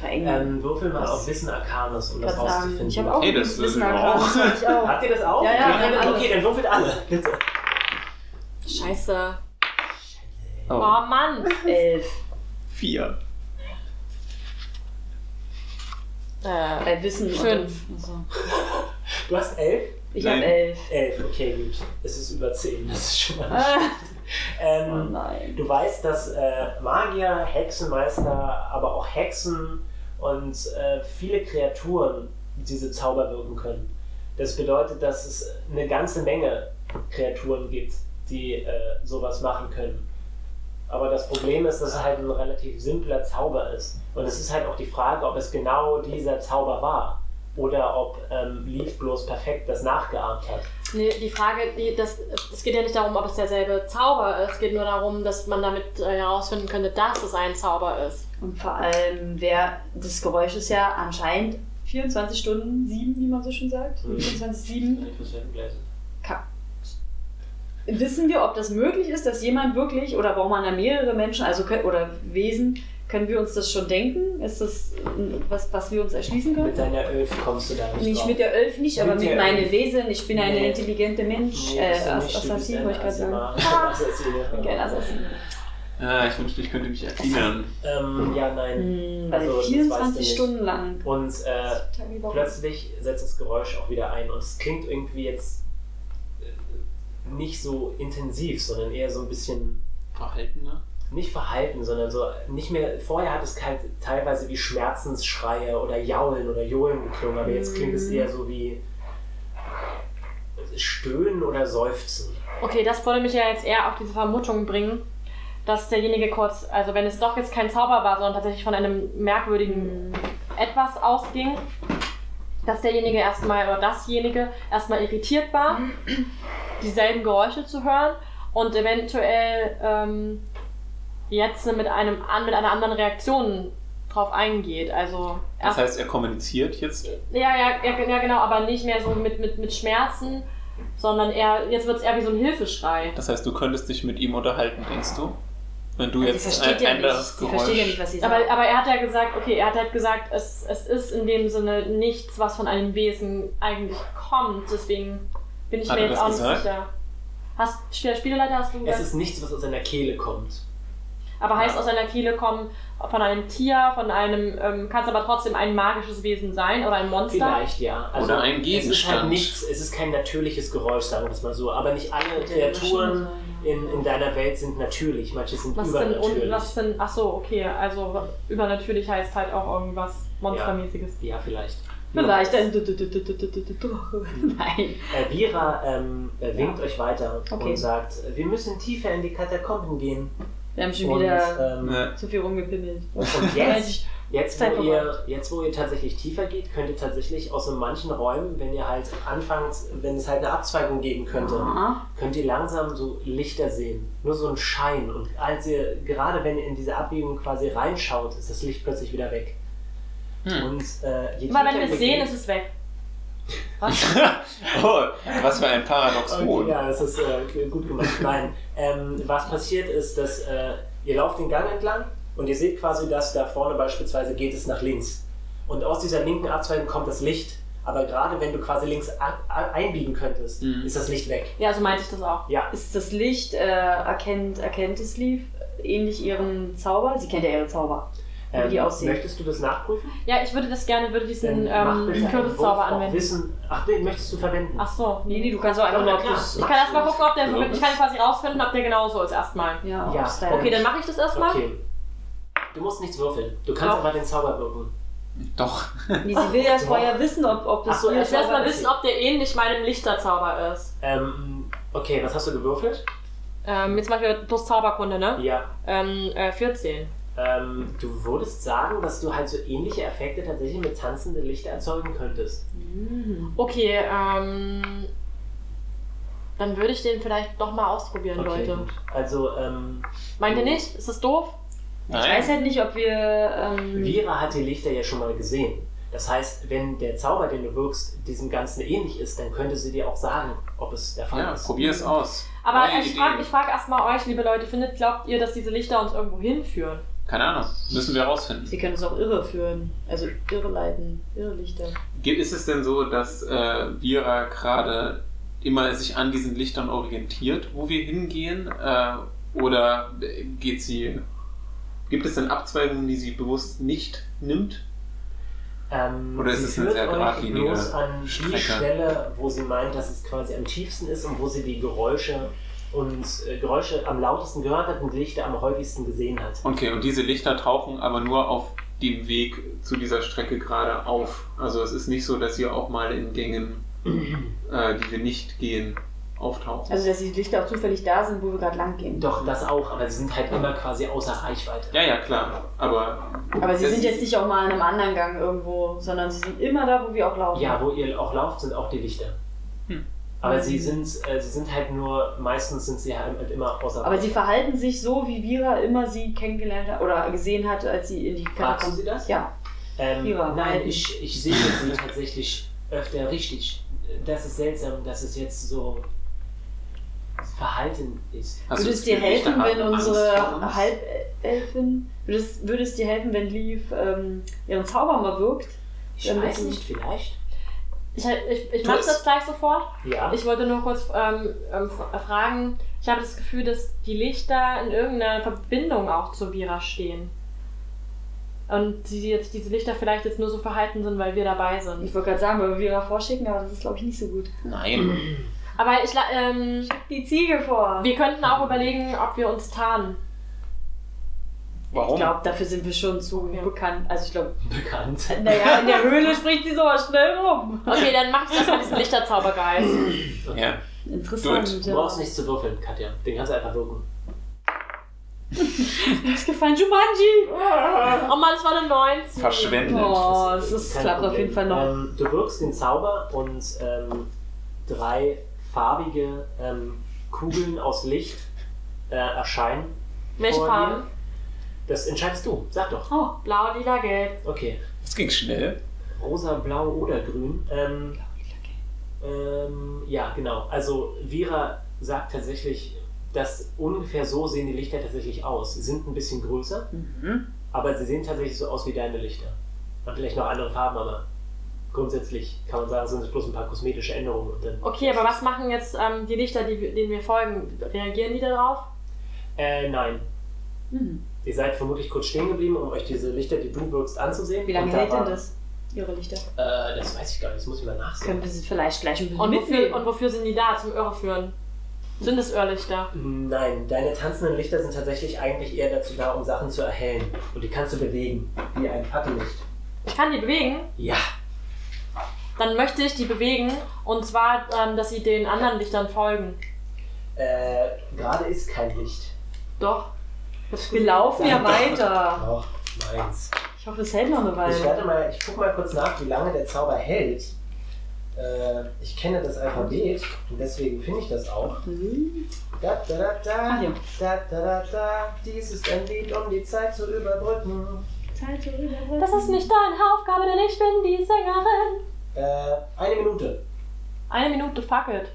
Verengen. Ähm, würfel mal auf Wissen Arcanes, um das Kannst sagen, rauszufinden. ich habe auch Hey, ein das bisschen Wissen wissen wir erkannt, auch. das hab ich auch. Habt ihr das auch? Ja, ja, okay, wir haben alle. okay, dann würfelt alle, bitte. Scheiße. Oh. Oh Mann. Elf. Vier. Äh, Bei Wissen. und- Fünf. Also, Du hast elf? ich habe Nein. elf. Elf, okay, gut. Es ist über zehn, das ist schon mal. Ah, oh Ähm, nein. du weißt, dass äh, Magier, Hexenmeister, aber auch Hexen und äh, viele Kreaturen diese Zauber wirken können. Das bedeutet, dass es eine ganze Menge Kreaturen gibt, die äh, sowas machen können. Aber das Problem ist, dass es halt ein relativ simpler Zauber ist. Und es ist halt auch die Frage, ob es genau dieser Zauber war. Oder ob ähm, Leaf bloß perfekt das nachgeahmt hat. Nee, die Frage, die, das, es geht ja nicht darum, ob es derselbe Zauber ist. Es geht nur darum, dass man damit äh, herausfinden könnte, dass es ein Zauber ist. Und vor allem, wer, das Geräusch ist ja anscheinend 24 Stunden 7, wie man so schön sagt. Hm. Mhm. 24 7. Ich muss hinbläsen. Wissen wir, ob das möglich ist, dass jemand wirklich, oder braucht man da mehrere Menschen, also kö- oder Wesen, können wir uns das schon denken? Ist das äh, was, was wir uns erschließen können? Mit deiner Elf kommst du da nicht Nicht drauf. mit der Elf nicht, Mit aber mit der meinen Elf. Wesen. Ich bin ein Nee. intelligenter Mensch. Nee, äh, bist du Ass- nicht. Du bist Assassin, ein wollte ich gerade sagen. Assassiner. Assassiner. Kein Assassin. Ah, ich wünschte, ich könnte mich erinnern. Ähm, ja, nein. Hm, Also, das also weißt du 24 nicht. Stunden lang. Und äh, Tage die Woche. plötzlich setzt das Geräusch auch wieder ein und es klingt irgendwie jetzt äh, nicht so intensiv, sondern eher so ein bisschen Verhaltener? nicht verhalten, sondern so nicht mehr. Vorher hat es halt teilweise wie Schmerzensschreie oder Jaulen oder Johlen geklungen, aber jetzt klingt Hm. es eher so wie Stöhnen oder Seufzen. Okay, das würde mich ja jetzt eher auf diese Vermutung bringen, dass derjenige kurz, also wenn es doch jetzt kein Zauber war, sondern tatsächlich von einem merkwürdigen etwas ausging, dass derjenige erstmal oder dasjenige erstmal irritiert war, dieselben Geräusche zu hören und eventuell ähm, jetzt mit, einem, an- mit einer anderen Reaktion drauf eingeht. Also Das erst, heißt, er kommuniziert jetzt. ja, ja, ja, ja, genau, aber nicht mehr so mit, mit, mit Schmerzen, sondern eher, jetzt wird es eher wie so ein Hilfeschrei. Das heißt, du könntest dich mit ihm unterhalten, denkst du? Wenn du Sie jetzt ein Also, versteht ja nicht. anderes Sie versteht ja Geräusch. nicht, was sie sagt. Aber, aber er hat ja gesagt, okay, er hat halt gesagt, es, es ist in dem Sinne nichts, was von einem Wesen eigentlich kommt. Deswegen bin ich Hat mir er jetzt das auch nicht gesagt? sicher. Hast, der Spieleleiter hast du Es gesagt, ist nichts, was aus einer Kehle kommt. aber heißt aus einer Kehle kommen von einem Tier, von einem, ähm, kann es aber trotzdem ein magisches Wesen sein oder ein Monster. Vielleicht, ja. Oder ein Es ist halt Gegenstand. nichts, es ist kein natürliches Geräusch, sagen wir es mal so. Aber nicht alle Kreaturen in, in deiner Welt sind natürlich, manche sind Was ist denn, übernatürlich. und, was ist denn, ach so, okay, also übernatürlich heißt halt auch irgendwas Monstermäßiges. ja, vielleicht. Vielleicht ein Du- Du- Du- Du- Du- Du- Du- Du- Du- Nein. Äh, Vera ähm, äh, winkt euch weiter Okay. und sagt, äh, wir müssen tiefer in die Katakomben gehen. Wir haben schon und, wieder ähm, Ne. zu viel rumgepimmelt. und jetzt, jetzt, Zeit wo ihr, jetzt, wo ihr tatsächlich tiefer geht, könnt ihr tatsächlich aus so manchen Räumen, wenn ihr halt anfangt, wenn es halt eine Abzweigung geben könnte, Aha. könnt ihr langsam so Lichter sehen. Nur so ein Schein. Und als ihr, gerade wenn ihr in diese Abbiegung quasi reinschaut, ist das Licht plötzlich wieder weg. Hm. Und äh, je Aber tiefer wenn wir ihr es sehen, geht- ist es weg. oh, was für ein Paradoxon. Okay, Oh, ja, das ist äh, gut gemacht. Nein, ähm, was passiert ist, dass äh, ihr lauft den Gang entlang und ihr seht quasi, dass da vorne beispielsweise geht es nach links. Und aus dieser linken Abzweigung kommt das Licht. Aber gerade wenn du quasi links a- a- einbiegen könntest, Mhm. ist das Licht weg. Ja, so meinte ich das auch. Ja, Ist das Licht, äh, erkennt, erkennt es Leaf ähnlich ihren Zauber? Sie kennt ja ihre Zauber. Wie die aussehen. ähm, möchtest du das nachprüfen? Ja, ich würde das gerne, würde diesen mach bitte ähm, einen Kürbiszauber Wurf auf anwenden. Wissen. Ach, den möchtest du verwenden? Ach so, Nee, nee, du kannst auch einfach nur Ja, auf klar. das. Ich kann erstmal gucken, ob der Ja, Ich kann quasi rausfinden, ob der genauso ist erstmal. Ja, Ja. aufs Teil. Okay, dann mache ich das erstmal. Okay. Du musst nichts würfeln. Du kannst Doch. aber den Zauber wirken. Doch. Nee, sie will ja vorher wissen, ob, ob das Ach so, so Ich ist. will erstmal wissen, ob der ähnlich meinem Lichterzauber ist. Ähm, okay, was hast du gewürfelt? Ähm, jetzt mache ich plus Zauberkunde, ne? Ja, Ähm, äh, 14. Ähm, du würdest sagen, dass du halt so ähnliche Effekte tatsächlich mit tanzenden Lichter erzeugen könntest. Okay, ähm. Dann würde ich den vielleicht doch mal ausprobieren, Leute. gut. Also, ähm, Meint ihr nicht? Ist das doof? Ich Nein. weiß halt nicht, ob wir. Hm. Ähm, Vera hat die Lichter ja schon mal gesehen. Das heißt, wenn der Zauber, den du wirkst, diesem Ganzen ähnlich ist, dann könnte sie dir auch sagen, ob es der Fall Ja, ist. probier es aus. Aber Neue ich frage Ideen. ich frag erstmal euch, liebe Leute, findet, glaubt ihr, dass diese Lichter uns irgendwo hinführen? Keine Ahnung. Müssen wir rausfinden. Sie können es auch irre führen. Also irre leiten. Irre Lichter. Ge- Ist es denn so, dass äh, Vira gerade immer sich an diesen Lichtern orientiert, wo wir hingehen? Äh, oder geht sie. Gibt es denn Abzweigungen, die sie bewusst nicht nimmt? Ähm, Oder ist sie es eine führt sehr euch geradlinige bloß an die Strecke? Stelle, wo sie meint, dass es quasi am tiefsten ist und wo sie die Geräusche und äh, Geräusche am lautesten gehört hat und Lichter am häufigsten gesehen hat. Okay, und diese Lichter tauchen aber nur auf dem Weg zu dieser Strecke gerade auf. Also es ist nicht so, dass sie auch mal in Gängen, äh, die wir nicht gehen, auftauchen. Also, dass die Lichter auch zufällig da sind, wo wir gerade lang gehen. Doch, das auch, aber sie sind halt immer quasi außer Reichweite. Ja, ja, klar. Aber Aber sie es sind ist- jetzt nicht auch mal in einem anderen Gang irgendwo, sondern sie sind immer da, wo wir auch laufen. Ja, wo ihr auch lauft, sind auch die Lichter. Hm. Aber sie, Mhm. sind, äh, sie sind halt nur, meistens sind sie halt immer außer Aber sie verhalten sich so, wie Vira immer sie kennengelernt hat oder gesehen hat, als sie in die Fragst Karte du sie das? Ja. Ähm, Ihrer nein, Meinung. ich, ich sehe sie tatsächlich öfter richtig. Das ist seltsam, dass es jetzt so verhalten ist. Also würdest es dir gibt nicht helfen, eine wenn Art Angst vor uns? unsere Halbelfin, würdest, würdest dir helfen, wenn Leaf ähm, ihren Zauber mal wirkt? Ich Ähm, weiß das- nicht, vielleicht? Ich, ich, ich Tu mache es. das gleich sofort. Ja. Ich wollte nur kurz ähm, ähm, f- fragen, ich habe das Gefühl, dass die Lichter in irgendeiner Verbindung auch zu Vira stehen. Und die jetzt, diese Lichter vielleicht jetzt nur so verhalten sind, weil wir dabei sind. Ich wollte gerade sagen, weil wir Vira vorschicken, aber das ist, glaube ich, nicht so gut. Nein. Aber ich, la- ähm, Die Ziege vor! wir könnten auch überlegen, ob wir uns tarnen. Warum? Ich glaube, dafür sind wir schon zu bekannt. Also ich glaube, bekannt. naja, in der Höhle spricht sie sowas schnell rum. Okay, dann mach ich das mit diesem Lichterzaubergeist. ja. Interessant. Du ja. brauchst nicht zu würfeln, Katja. Den kannst du einfach wirken. Mir hat's gefallen, Jumanji! Oh Mann, es war eine 19. Verschwendet. Oh, es ist- Kein klappt auf Problem. jeden Fall noch. Ähm, du wirkst den Zauber und ähm, drei farbige ähm, Kugeln aus Licht äh, erscheinen. Welche vor dir. Farben? Das entscheidest du. Sag doch. Oh, blau, lila, gelb. Okay. Das ging schnell. Rosa, blau oder grün. Ähm, ähm, ja, genau. Also Vera sagt tatsächlich, dass ungefähr so sehen die Lichter tatsächlich aus. Sie sind ein bisschen größer, Mhm. aber sie sehen tatsächlich so aus wie deine Lichter. Und vielleicht noch andere Farben, aber grundsätzlich kann man sagen, sind es bloß ein paar kosmetische Änderungen. Und dann, Okay, aber was machen jetzt ähm, die Lichter, die, wir- denen wir folgen? Reagieren die darauf? äh, nein. Mhm. Ihr seid vermutlich kurz stehen geblieben, um euch diese Lichter, die du wirkst, anzusehen. Wie lange Und da hält denn war- das? Ihre Lichter. Äh, das weiß ich gar nicht, das muss ich mal nachsehen. Können wir sie vielleicht gleich ein bisschen Und wofür, mitnehmen? und wofür sind die da? Zum Irreführen? Sind es Irrlichter? Nein, deine tanzenden Lichter sind tatsächlich eigentlich eher dazu da, um Sachen zu erhellen. Und die kannst du bewegen, wie ein Fackellicht. Ich kann die bewegen, Ja. dann möchte ich die bewegen und zwar, ähm, dass sie den anderen Lichtern folgen. Äh, gerade ist kein Licht. Doch. wir laufen ja weiter. Ach, meins. Ich hoffe, es hält noch eine Ich Weile. werde mal, ich guck mal kurz nach, wie lange der Zauber hält. Äh, ich kenne das Alphabet und deswegen finde ich das auch. Mhm. Da, da, da, da, Ah, ja. da, da, da, da. Dies ist ein Lied, um die Zeit zu überbrücken. Zeit zu überbrücken. Das ist nicht deine Aufgabe, denn ich bin die Sängerin. Äh, eine Minute. Eine Minute fackelt.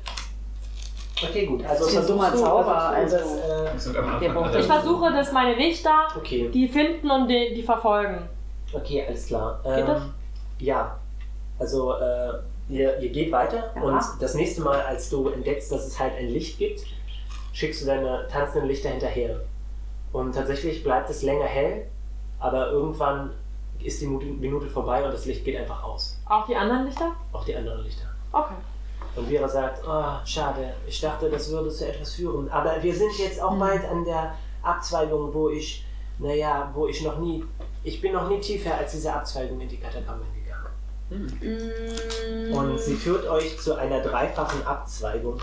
Okay, gut. Also Das ist ein dummer versuchst du- Zauber, versuchst du also. das, äh, Der braucht Ähm. Ich versuche, dass meine Lichter okay. die finden und die, die verfolgen. Okay, alles klar. Ähm, Geht das? Ja. Also äh, ihr, ihr geht weiter Ja. und das nächste Mal, als du entdeckst, dass es halt ein Licht gibt, schickst du deine tanzenden Lichter hinterher. Und tatsächlich bleibt es länger hell, aber irgendwann ist die Minute- Minute vorbei und das Licht geht einfach aus. Auch die anderen Lichter? Auch die anderen Lichter. Okay. Und Vera sagt, oh, schade, ich dachte, das würde zu etwas führen. Aber wir sind jetzt Mhm. auch bald an der Abzweigung, wo ich, naja, wo ich noch nie, ich bin noch nie tiefer als diese Abzweigung in die Katakomben gegangen. Mhm. Und sie führt euch zu einer dreifachen Abzweigung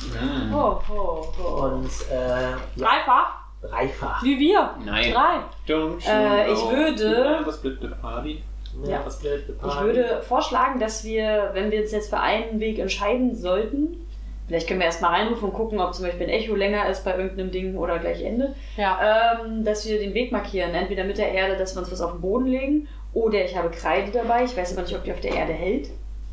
Mhm. Ho, ho, ho. und äh, ja, Dreifach? dreifach. Wie wir. Nein. Drei. Don't you Äh, ich know. würde- Das blöd mit Party. Ja. ne? was blöd, Ich würde vorschlagen, dass wir, wenn wir uns jetzt für einen Weg entscheiden sollten, vielleicht können wir erstmal reinrufen und gucken, ob zum Beispiel ein Echo länger ist bei irgendeinem Ding oder gleich Ende, Ja. ähm, dass wir den Weg markieren. Entweder mit der Erde, dass wir uns was auf den Boden legen, oder ich habe Kreide dabei. Ich weiß aber nicht, ob die auf der Erde hält.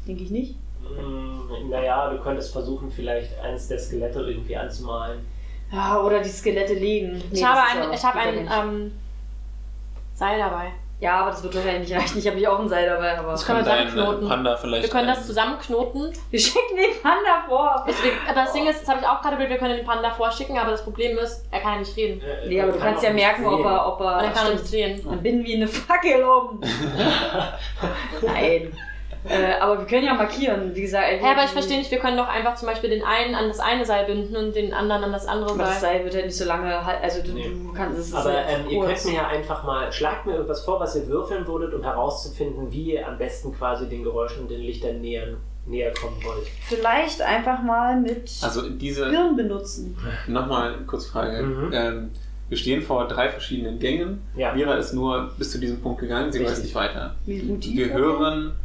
Denke ich nicht. Mm, Naja, du könntest versuchen, vielleicht eines der Skelette irgendwie anzumalen. Ja, oder die Skelette legen. Nee, Ich habe das ist ein, ja- ich habe geht ja ein nicht. ähm, Seil dabei. Ja, aber das wird wahrscheinlich nicht reichen. Ich habe nicht auch ein Seil dabei, aber. Das können wir Dein, zusammenknoten. äh, Panda vielleicht. Wir können das ein- zusammenknoten Wir schicken den Panda Äh, vor. Das, das Ding ist, das habe ich auch gerade wir können den Panda vorschicken, aber das Problem ist, er kann ja nicht reden. Äh, Nee, aber du kann kannst auch ja nicht merken, ob sehen. er. Ob Und er er kann stimmt. nicht sehen. Dann binden wir ihn eine Fackel um. Nein. Äh, aber wir können ja markieren, wie gesagt. Ja, aber ich verstehe nicht, wir können doch einfach zum Beispiel den einen an das eine Seil binden und den anderen an das andere Aber das Seil. Seil wird ja nicht so lange halten. Also du, du kannst es. ist Aber ja ähm, ihr kurz. könnt mir ja einfach mal, schlagt mir irgendwas vor, was ihr würfeln würdet, um herauszufinden, wie ihr am besten quasi den Geräuschen und den Lichtern näher, näher kommen wollt. vielleicht einfach mal mit Also äh, diese, Hirn benutzen. nochmal kurz Frage. Mhm. Ähm, wir stehen vor drei verschiedenen Gängen. Ja. Mira ist nur bis zu diesem Punkt gegangen, sie weiß Richtig. nicht weiter. Wie gut die Wir Hirn- hören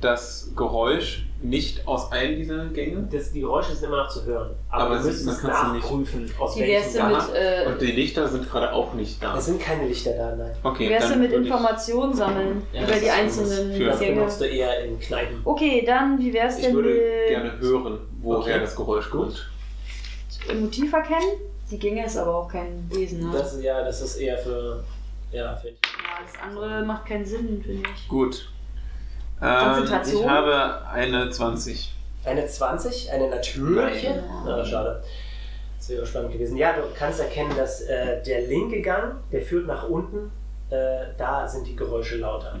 das Geräusch nicht aus allen dieser Gänge. Das, die Geräusche sind immer noch zu hören. Aber, Aber wir es müssen ist- es man kann's nicht- nachprüfen, aus Wie welchem wär's denn Gang. mit- äh, Und die Lichter sind gerade auch nicht da. Es sind keine Lichter da, nein. Okay, Wie wär's denn mit würde ich- Informationen sammeln Ja, über das die ist- einzelnen für- Das Gänge? benutzt du eher in Kneipen. Okay, dann wie wär's Ich denn würde mit gerne hören, woher Okay. das Geräusch kommt. Motiv erkennen? Die Gänge ist aber auch kein Wesen, ne? Das, ja, das ist eher für. Ja, für ja, das andere macht keinen Sinn, finde ich. Gut. Ähm, Konzentration? ich habe eine 20. eine 20, eine natürliche. Nein. Na, schade. Das wäre spannend gewesen. Ja, du kannst erkennen, dass äh, der linke Gang, der führt nach unten, äh, da sind die Geräusche lauter.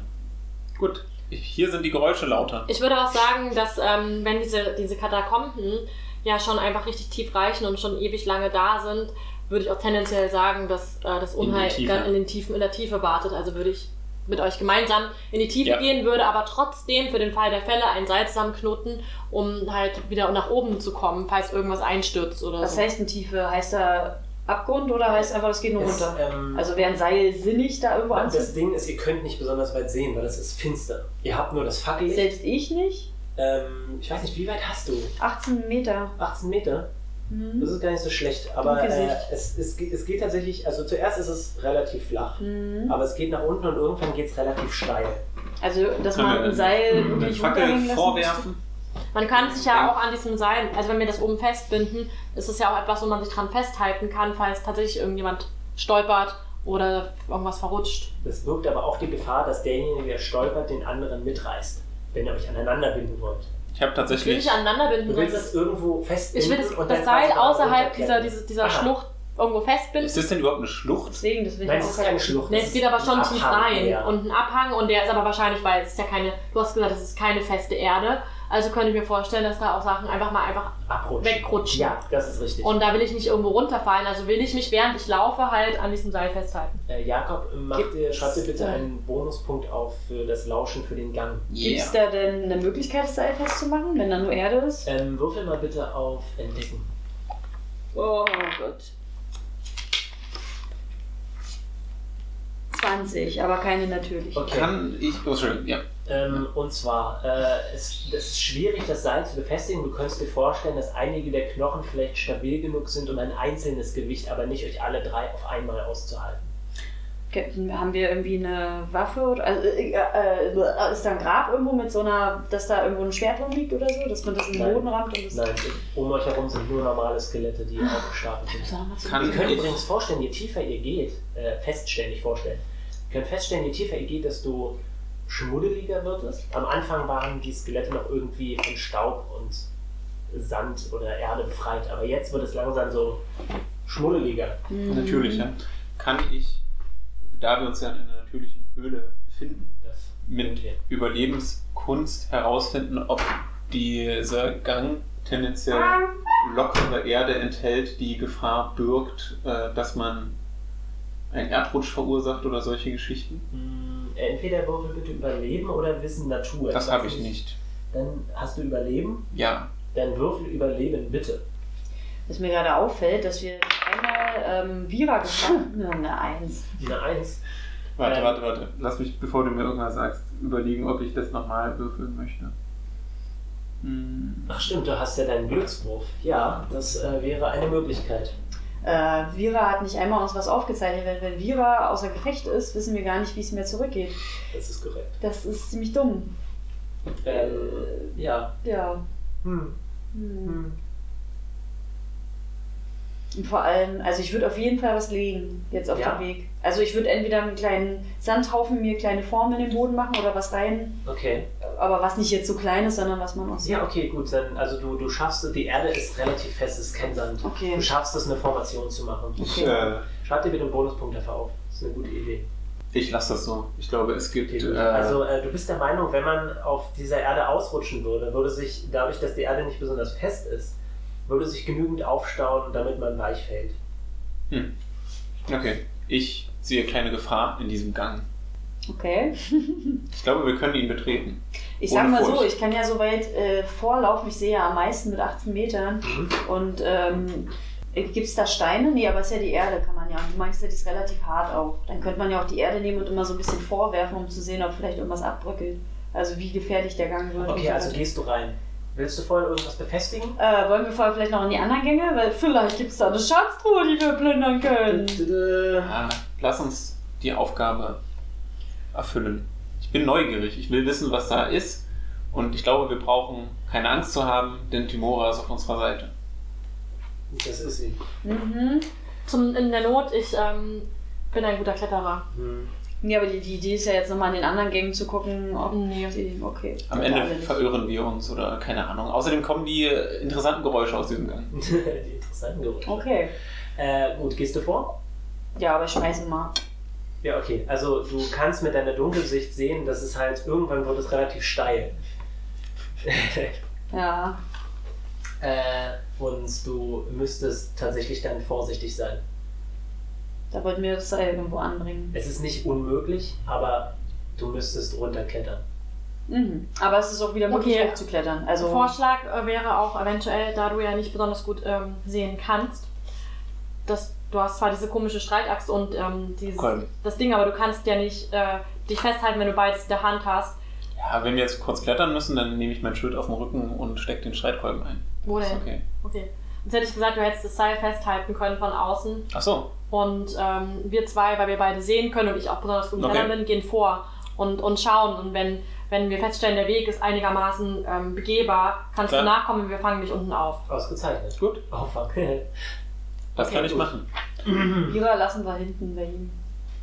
Gut. Ich, hier sind die Geräusche lauter. Ich würde auch sagen, dass ähm, wenn diese, diese Katakomben ja schon einfach richtig tief reichen und schon ewig lange da sind, würde ich auch tendenziell sagen, dass äh, das die Unheil Tiefe. dann in, den Tiefen, in der Tiefe wartet. Also würde ich mit euch gemeinsam in die Tiefe Ja. gehen, würde aber trotzdem für den Fall der Fälle ein Seil zusammenknoten, um halt wieder nach oben zu kommen, falls irgendwas einstürzt oder Was so. heißt denn Tiefe? Heißt da Abgrund oder heißt einfach, das geht nur Es, runter? ähm, Also wäre ein Seil sinnig, da irgendwo das anzuziehen? Ding ist, ihr könnt nicht besonders weit sehen, weil das ist finster. Ihr habt nur das Fackellicht. Selbst ich nicht? Ähm, ich weiß nicht, wie weit hast du? 18 Meter. 18 Meter? Das Hm. ist gar nicht so schlecht, aber Dunkelsicht. äh, es, es, ge- es geht tatsächlich, also zuerst ist es relativ flach, Hm. aber es geht nach unten und irgendwann geht es relativ steil. Also, dass Können man wir mhm. ein Seil eine wirklich runterhängen Fackel lassen vorwerfen? Man kann sich ja Ja. auch an diesem Seil, also wenn wir das oben festbinden, ist es ja auch etwas, wo man sich dran festhalten kann, falls tatsächlich irgendjemand stolpert oder irgendwas verrutscht. Das birgt aber auch die Gefahr, dass derjenige, der stolpert, den anderen mitreißt, wenn ihr euch aneinander binden wollt. Ich habe Ich will tatsächlich. nicht aneinander binden, Du willst sonst es irgendwo festbinden ich will das, und das dann Seil quasi außerhalb dieser, runterklettern. diese, dieser Aha. Schlucht irgendwo festbinden. Ist das denn überhaupt eine Schlucht? Deswegen, das will ich Nein, es ist auch keine Schlucht. Ne, das es ist geht aber ein schon tief Abhang, rein ja. und ein Abhang und der ist aber wahrscheinlich, weil es ist ja keine, du hast gesagt, es ist keine feste Erde, also könnte ich mir vorstellen, dass da auch Sachen einfach mal einfach abrutschen. wegrutschen. Ja, das ist richtig. Und da will ich nicht irgendwo runterfallen, also will ich mich während ich laufe halt an diesem Seil festhalten. äh, Jakob, mach Gibt's- dir, schreib dir bitte einen Bonuspunkt auf für das Lauschen für den Gang. Gibt es da denn eine Möglichkeit, das Seil festzumachen, wenn da nur Erde ist? Ähm, würfel mal bitte auf Entdecken. Oh Gott. 20, aber keine natürlich. Okay. Kann ich. Oh, Entschuldigung, ja. Ähm, und zwar, äh, es, es ist schwierig, das Seil zu befestigen. Du könntest dir vorstellen, dass einige der Knochen vielleicht stabil genug sind, um ein einzelnes Gewicht, aber nicht euch alle drei auf einmal auszuhalten. Okay, Haben wir irgendwie eine Waffe oder also, äh, äh, ist da ein Grab irgendwo mit so einer, dass da irgendwo ein Schwert rumliegt oder so, dass man das in den Nein. Boden rammt und das. Nein, um euch herum sind nur normale Skelette, die aufgestapelt sind. Kann Ihr könnt ich. übrigens vorstellen, je tiefer ihr geht, äh, feststellen, nicht vorstellen, ihr könnt feststellen, je tiefer ihr geht, desto schmuddeliger wird es. Am Anfang waren die Skelette noch irgendwie von Staub und Sand oder Erde befreit, aber jetzt wird es langsam so schmuddeliger. Hm. Natürlich, ja. Kann ich, da wir uns ja in einer natürlichen Höhle befinden, Das mit Okay. Überlebenskunst herausfinden, ob dieser Gang tendenziell lockere Erde enthält, die Gefahr birgt, äh, dass man einen Erdrutsch verursacht oder solche Geschichten? Mm, Entweder würfel bitte Überleben oder Wissen Natur. Das weiß habe ich nicht. Dann hast du Überleben, Ja, dann würfel Überleben bitte. Was mir gerade auffällt, dass wir einmal ähm, Vira gefangen haben. Eine Eins. Eine Eins. warte, Ähm. warte, warte. Lass mich, bevor du mir irgendwas sagst, überlegen, ob ich das nochmal würfeln möchte. Hm. Ach stimmt, du hast ja deinen Glückswurf. Ja, das äh, wäre eine Möglichkeit. Äh, Vira hat nicht einmal uns was aufgezeichnet, weil wenn Vira außer Gefecht ist, wissen wir gar nicht, wie es mehr zurückgeht. Das ist korrekt. Das ist ziemlich dumm. Ähm, ja. Ja. Hm. Hm. Hm. Und vor allem, also ich würde auf jeden Fall was legen, jetzt auf Ja. dem Weg. Also ich würde entweder einen kleinen Sandhaufen mir kleine Formen in den Boden machen oder was rein, Okay. aber was nicht jetzt so klein ist, sondern was man auch sieht. Ja, okay, gut. Dann, also du, du schaffst es, die Erde ist relativ fest, es ist kein Sand. Okay. Du schaffst es, eine Formation zu machen. Ich, Okay. äh, Schreib dir bitte einen Bonuspunkt dafür auf. Das ist eine gute Idee. Ich lasse das so. Ich glaube, es gibt. Äh, also äh, du bist der Meinung, wenn man auf dieser Erde ausrutschen würde, würde sich, dadurch, dass die Erde nicht besonders fest ist, würde sich genügend aufstauen, damit man weich fällt. hm. Okay. Ich sehe keine Gefahr in diesem Gang. Okay. Ich glaube, wir können ihn betreten. Ich Ohne sag mal so, Furcht. ich kann ja so weit äh, vorlaufen. Ich sehe ja am meisten mit 18 Metern. Mhm. Und ähm, gibt es da Steine? Nee, aber es ist ja die Erde, kann man ja. Und du meinst ja, die ist relativ hart auch. Dann könnte man ja auch die Erde nehmen und immer so ein bisschen vorwerfen, um zu sehen, ob vielleicht irgendwas abbröckelt. Also wie gefährlich der Gang wird. und Okay, so also weiter. gehst du rein. Willst du vorher irgendwas befestigen? Äh, wollen wir vorher vielleicht noch in die anderen Gänge? Weil vielleicht gibt es da eine Schatztruhe, die wir plündern können. Tüdüdü. Ah, lass uns die Aufgabe erfüllen. Ich bin neugierig. Ich will wissen, was da ist. Und ich glaube, wir brauchen keine Angst zu haben, denn Timora ist auf unserer Seite. Das ist sie. Mhm. Zum, in der Not, ich ähm, bin ein guter Kletterer. Hm. Ja, aber die, die Idee ist ja jetzt nochmal in den anderen Gängen zu gucken, ob Nee. die. Okay. Am Ja, Ende alle nicht. verirren wir uns oder keine Ahnung. Außerdem kommen die äh, interessanten Geräusche aus diesem Gang. die interessanten Geräusche. Okay. Äh, gut, gehst du vor? Ja, aber ich schmeiße mal. Ja, okay. Also du kannst mit deiner Dunkelsicht sehen, dass es halt irgendwann wird es relativ steil. Ja. äh, und du müsstest tatsächlich dann vorsichtig sein. Da wollten wir das Seil irgendwo anbringen. Es ist nicht unmöglich, aber du müsstest runterklettern. Mhm. Aber es ist auch wieder möglich, Okay. hochzuklettern. Also, Vorschlag äh, wäre auch eventuell, da du ja nicht besonders gut ähm, sehen kannst, dass du hast zwar diese komische Streitaxt und ähm, dieses, Kolben. das Ding, aber du kannst ja nicht äh, dich festhalten, wenn du beides in der Hand hast. Ja, wenn wir jetzt kurz klettern müssen, dann nehme ich mein Schild auf den Rücken und stecke den Streitkolben ein. Wo Ist denn? okay. Okay. Jetzt hätte ich gesagt, du hättest das Seil festhalten können von außen Ach so. und ähm, wir zwei, weil wir beide sehen können und ich auch besonders gut im Okay. Rennen bin, gehen vor und, und schauen. Und wenn, wenn wir feststellen, der Weg ist einigermaßen ähm, begehbar, kannst du Klar. nachkommen und wir fangen dich unten auf. Ausgezeichnet. Oh, Gut. Auffang. Das Okay, kann ich gut. machen. Ira lassen wir hinten bei ihm.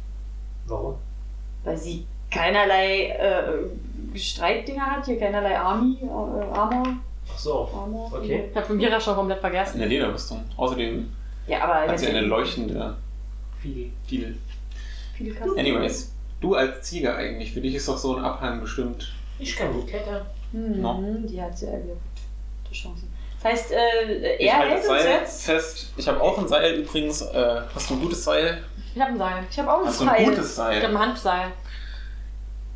Warum? Weil sie keinerlei äh, Streitdinger hat, hier keinerlei Army, äh, Armor. Ach so. Armor. Okay. Ich habe von Mira schon komplett vergessen. Eine Lederrüstung. Außerdem Ja, aber hat sie eine letztendlich- leuchtende Viel. Fiedel. Viele Kasten. Anyways, du als Ziege eigentlich, für dich ist doch so ein Abhang bestimmt. Ich kann gut klettern. Mhm, No. Die hat sehr gute Chancen. Das heißt, äh, Ich er halte hält das uns Seil jetzt. fest. Ich habe auch ein Seil übrigens. Äh, hast du ein gutes Seil? Ich habe ein Seil. Ich habe auch ein Hast du ein Seil. gutes Ich habe Seil? ein Handseil.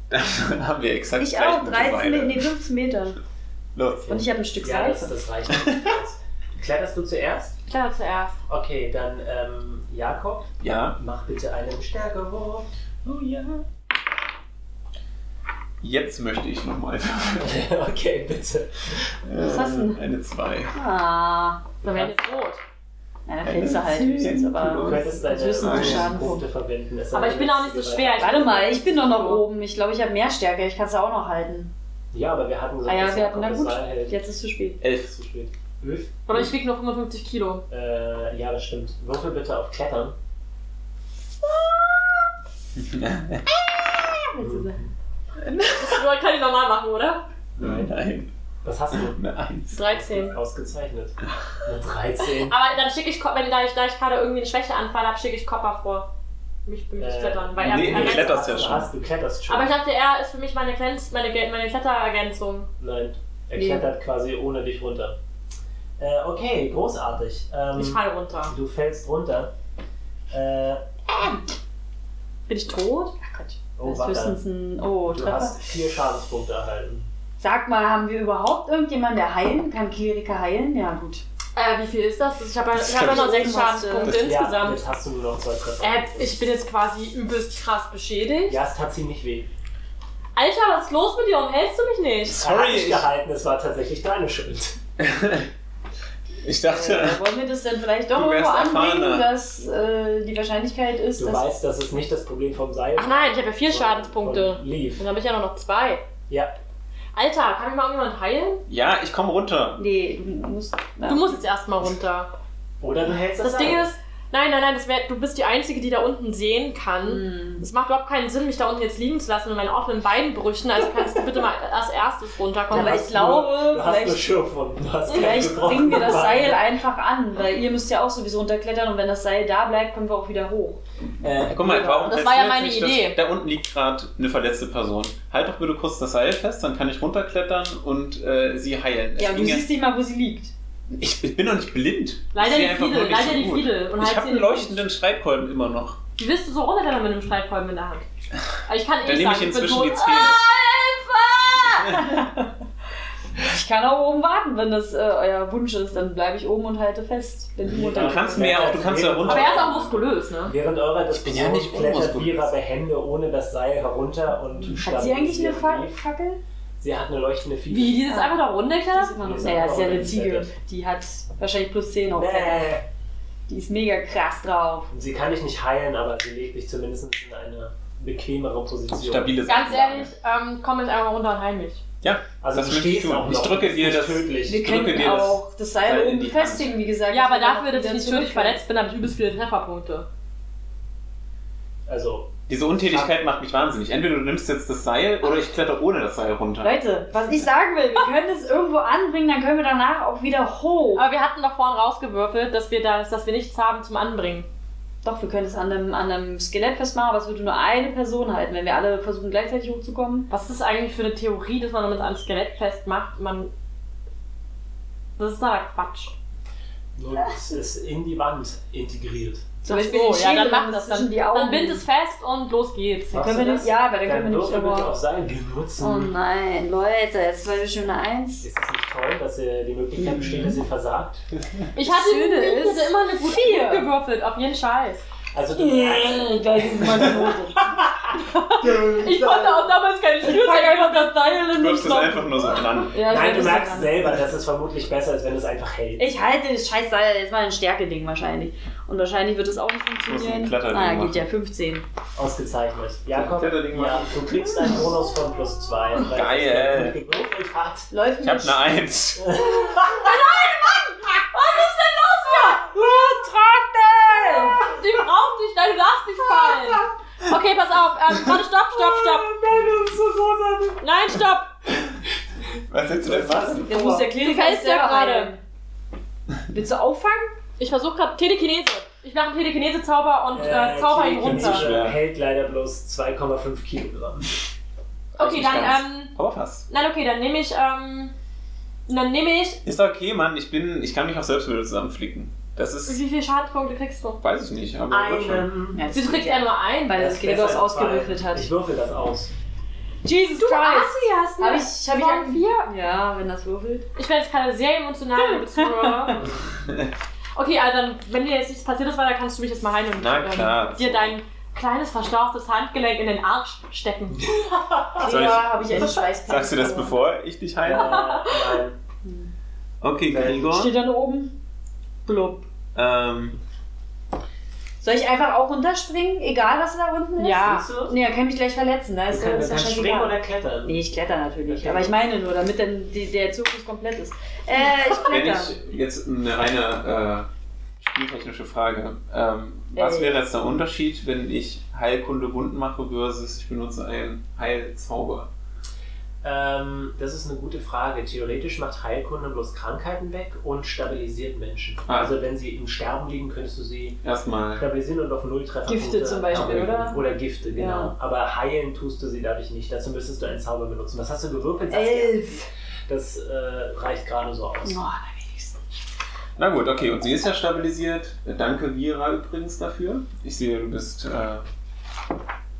Dann haben wir exakt Ich gleich auch, gute 13 Seile. Meter, nee, 15 Meter. Los. Und ich habe ein Stück Ja, Seil. das, das reicht. Kletterst du zuerst? Ich kletter zuerst. Okay, dann ähm, Jakob, Ja, mach bitte einen Stärkewurf. Oh ja. jetzt möchte ich nochmal. okay, bitte. Was hast du denn? Eine 2. Ah, Wir werden jetzt rot. na, dann fällst du halt höchstens, Du aber. könntest deine Jetzt müssen wir Schaden Punkte verwenden. Es Aber ist ich bin auch nicht so eine schwer. Warte mal, ich bin doch noch oben. Ich glaube, ich habe mehr Stärke. Ich kann es auch noch halten. Ja, aber wir hatten so Ah ja, dass wir Jakob hatten dann das gut. Seil hält. Jetzt ist es zu spät. 11. Zu spät. Öf. Aber ich wiege nur 55 Kilo. Äh, ja, das stimmt. Würfel bitte auf Klettern. Das kann ich normal machen, oder? Nein. Was hast du? Eine 1. 13. Ausgezeichnet. Eine 13. Aber dann schicke ich, Ko- wenn da ich, da ich gerade irgendwie einen Schwächeanfall habe, schicke ich Kopper vor. Mich, mich Äh, zu klettern. Weil er, nee, er du weiß- kletterst. Hast ja du- schon. Hast, du kletterst schon. aber ich dachte, er ist für mich meine, Klenz, meine, Ge- meine Kletterergänzung. Nein, er Nee. klettert quasi ohne dich runter. Äh, okay, großartig. Ähm, Ich falle runter. Du fällst runter. Äh, Bin ich tot? Ach Gott. oh, das ist warte. höchstens ein. Oh, Du Treffer. hast vier Schadenspunkte erhalten. Sag mal, haben wir überhaupt irgendjemanden, der heilen kann? Kleriker heilen? Ja, gut. Äh, wie viel ist das? Ich habe Das ich hab ja hab noch ich sechs auch gemacht, Schadenspunkte Ja, insgesamt. jetzt hast du nur noch zwei Treffer. Äh, ich bin jetzt quasi übelst krass beschädigt. ja, es tat ziemlich weh. Alter, was ist los mit dir? Umhältst du mich nicht? Er hat Sorry, dich ich, gehalten, es war tatsächlich deine Schuld. ich Äh, dachte. wollen wir das dann vielleicht doch Du wärst irgendwo anbringen, erfahrener. dass äh, die Wahrscheinlichkeit ist, Du dass. weißt, dass es nicht das Problem vom Seil Ach nein, ich habe ja vier sondern Schadenspunkte. von Und Leaf. dann habe ich ja nur noch zwei. Ja, Alter, kann mich mal irgendjemand heilen? Ja, ich komme runter. Nee, du musst. na, Du musst jetzt erstmal runter. oder du hältst das Das Ding Seil. ist, nein, nein, nein, das wär, du bist die Einzige, die da unten sehen kann. Hm. Mhm. Es macht überhaupt keinen Sinn, mich da unten jetzt liegen zu lassen mit meinen offenen Beinbrüchen. Also kannst du bitte mal erst erstes runterkommt. Aber ich hast glaube, nur, du hast nur vielleicht- Schürfwunden. Du hast keine Vielleicht gebrochenen bringen wir das Beine. Seil einfach an, weil ihr müsst ja auch sowieso runterklettern und wenn das Seil da bleibt, können wir auch wieder hoch. Äh, Guck mal, warum Das hältst war du ja jetzt meine nicht das- Idee. Da unten liegt gerade eine verletzte Person. Halt doch bitte kurz das Seil fest, dann kann ich runterklettern und äh, sie heilen. Es Ja, und du ging siehst nicht mal, wo sie liegt. ich, ich bin doch nicht blind. Leider Ich seh die einfach nur Fiedel, nicht leider die gut. Fiedel. Und Ich habe halt sie einen in den- leuchtenden Streitkolben immer noch. Wie wirst du so runterklettern mit einem Streitkolben in der Hand? Ich kann eh Dann nehme ich sagen, ich bin inzwischen tot. Ah! die Zähne. Ich kann auch oben warten, wenn das äh, euer Wunsch ist, dann bleibe ich oben und halte fest. Wenn du Du runterklettern. kannst mir ja auch, du kannst ja Aber runter. er ist auch muskulös, ne? Während eurer bin ja Diskussion nicht klettert unmuskulös. Vira behende ohne das Seil herunter und Hat sie stabilisiert eigentlich eine Fa- die. Fackel? Sie hat eine leuchtende Figur. Wie, die ist Ah. einfach da Die ist runterklettert? immer noch. Die ist Naja, aber ist ja auch eine nicht Ziege. fettet. Die hat wahrscheinlich plus 10 auf. Nee. Die ist mega krass drauf. Sie kann dich nicht heilen, aber sie legt dich zumindest in eine bequemere Position. Stabile Ganz Seitenlage. ehrlich, ähm, komm jetzt einfach runter und heil mich. Ja, Also das du möchte ich stehst tun. auch Ich noch. drücke das dir ist das- tödlich. Wir drücke können dir das auch das Seil Seil in oben die Hand. befestigen, wie gesagt. Ja, aber Ich kann dafür, auch dass ich wieder nicht tödlich zurück- verletzt bin, habe ich übelst viele Trefferpunkte. Also, Diese Untätigkeit macht mich wahnsinnig. Entweder du nimmst jetzt das Seil oder ich kletter ohne das Seil runter. Leute, was ich sagen will, wir können es irgendwo anbringen, dann können wir danach auch wieder hoch. Aber wir hatten doch vorhin rausgewürfelt, dass wir, das, dass wir nichts haben zum Anbringen. Doch, wir können es an einem, an einem Skelett festmachen, aber es würde nur eine Person halten, wenn wir alle versuchen gleichzeitig hochzukommen. Was ist das eigentlich für eine Theorie, dass man damit ein Skelett festmacht? Man. Das ist doch Quatsch. nur es ist in die Wand integriert. Zum Oh, die ja, dann Schere mach das. zwischen Dann, die Augen. dann bind es fest und los geht's. Machst können wir du nicht- das? ja, aber dann können wir nicht dürfen aber- bitte auch sein, Mhm. Oh genutzen. nein, Leute, jetzt war die schöne Ist Eins. es nicht toll, dass ihr die Möglichkeit besteht, dass ihr versagt? Ich hatte, Schöne ich ist, hatte immer eine gute vier. gewürfelt, auf jeden Scheiß. Also du Ich Ich konnte auch damals keine Schlüssel. pack einfach das Seil Du in wirfst es einfach nur so dran. Ja, ich Nein, werd du das merkst dann- selber, dass es vermutlich besser ist, wenn es einfach hält. Ich halte das scheiß Seil, jetzt mal ein Stärke-Ding wahrscheinlich. Und wahrscheinlich wird es auch nicht Muss ein funktionieren. Kletterding Ah, machen. geht ja 15. Ausgezeichnet. Jakob, Kletterding ja, machen. du kriegst einen Bonus von plus zwei. weil das Geil. jemand gewürfelt hat. Läuft Ich habe nicht. eine Eins. Oh, Die braucht dich, nein, du darfst nicht fallen. Okay, pass auf. Ähm, warte, stopp, stopp, Oh, stopp. Nein, stopp. Was willst du denn machen? Jetzt muss der Du Kleriker fällst es selber ja gerade. gerade. Willst du auffangen? Ich versuche gerade Telekinese. Ich mache einen Telekinese-Zauber und äh, zauber ihn Telekinese runter. runter. hält leider bloß 2,5 Kilogramm. Okay, Nicht ganz. dann, ähm, Aber fast. nein, okay, dann nehme ich, ähm, dann nehme ich, Ist okay, Mann. Ich bin, ich kann mich auch selbst wieder zusammenflicken. Das ist, wie viele Schadenspunkte kriegst du? weiß ich nicht, aber wahrscheinlich. ähm, Wieso kriegt er nur einen? Weil das Kleriker es Besser als ausgewürfelt zwei. hat. halt Ich würfel das aus. Jesus Du Christ! Assi hast Hab ich, hab ich Von vier? Ja, wenn das würfelt. Ich werde jetzt keine sehr emotionalen Bezuhörer. Okay, also dann, wenn dir jetzt nichts passiert ist, dann kannst du mich jetzt mal heilen und ähm, Na klar. dir dein kleines verstauchtes Handgelenk in den Arsch stecken. Soll ich- Ja, habe ich eine Schweißperle. Sagst du das, bevor ich dich Äh, heile? nein. Okay, Gregor. Steht dann oben. Blub. Ähm, Soll ich einfach auch runterspringen, egal was da unten ist? Ja. Willst du? Nee, er kann mich gleich verletzen. Da Du ist kann, Also, das du kannst halt ist ja springen oder scheißegal. klettern. Nee, ich kletter natürlich. Okay. Aber ich meine nur, damit dann die, der Zirkus komplett ist. Äh, ich wenn kletter. ich jetzt eine reine äh, spieltechnische Frage. Ähm, was Ey. wäre jetzt der Unterschied, wenn ich Heilkunde Wunden mache versus ich benutze einen Heilzauber? Ähm, das ist eine gute Frage. Theoretisch macht Heilkunde bloß Krankheiten weg und stabilisiert Menschen. Ah. Also wenn sie im Sterben liegen, könntest du sie Erstmal. stabilisieren und auf null treffen. Gifte zum Beispiel, oder? Oder Gifte, genau. Ja. Aber heilen tust du sie dadurch nicht. Dazu müsstest du einen Zauber benutzen. Was hast du gewürfelt? Elf. Das äh, reicht gerade so aus. Oh, na wenigstens. Na gut, okay. Und sie ist ja stabilisiert. Danke, Vira, übrigens dafür. Ich sehe, du bist. Äh,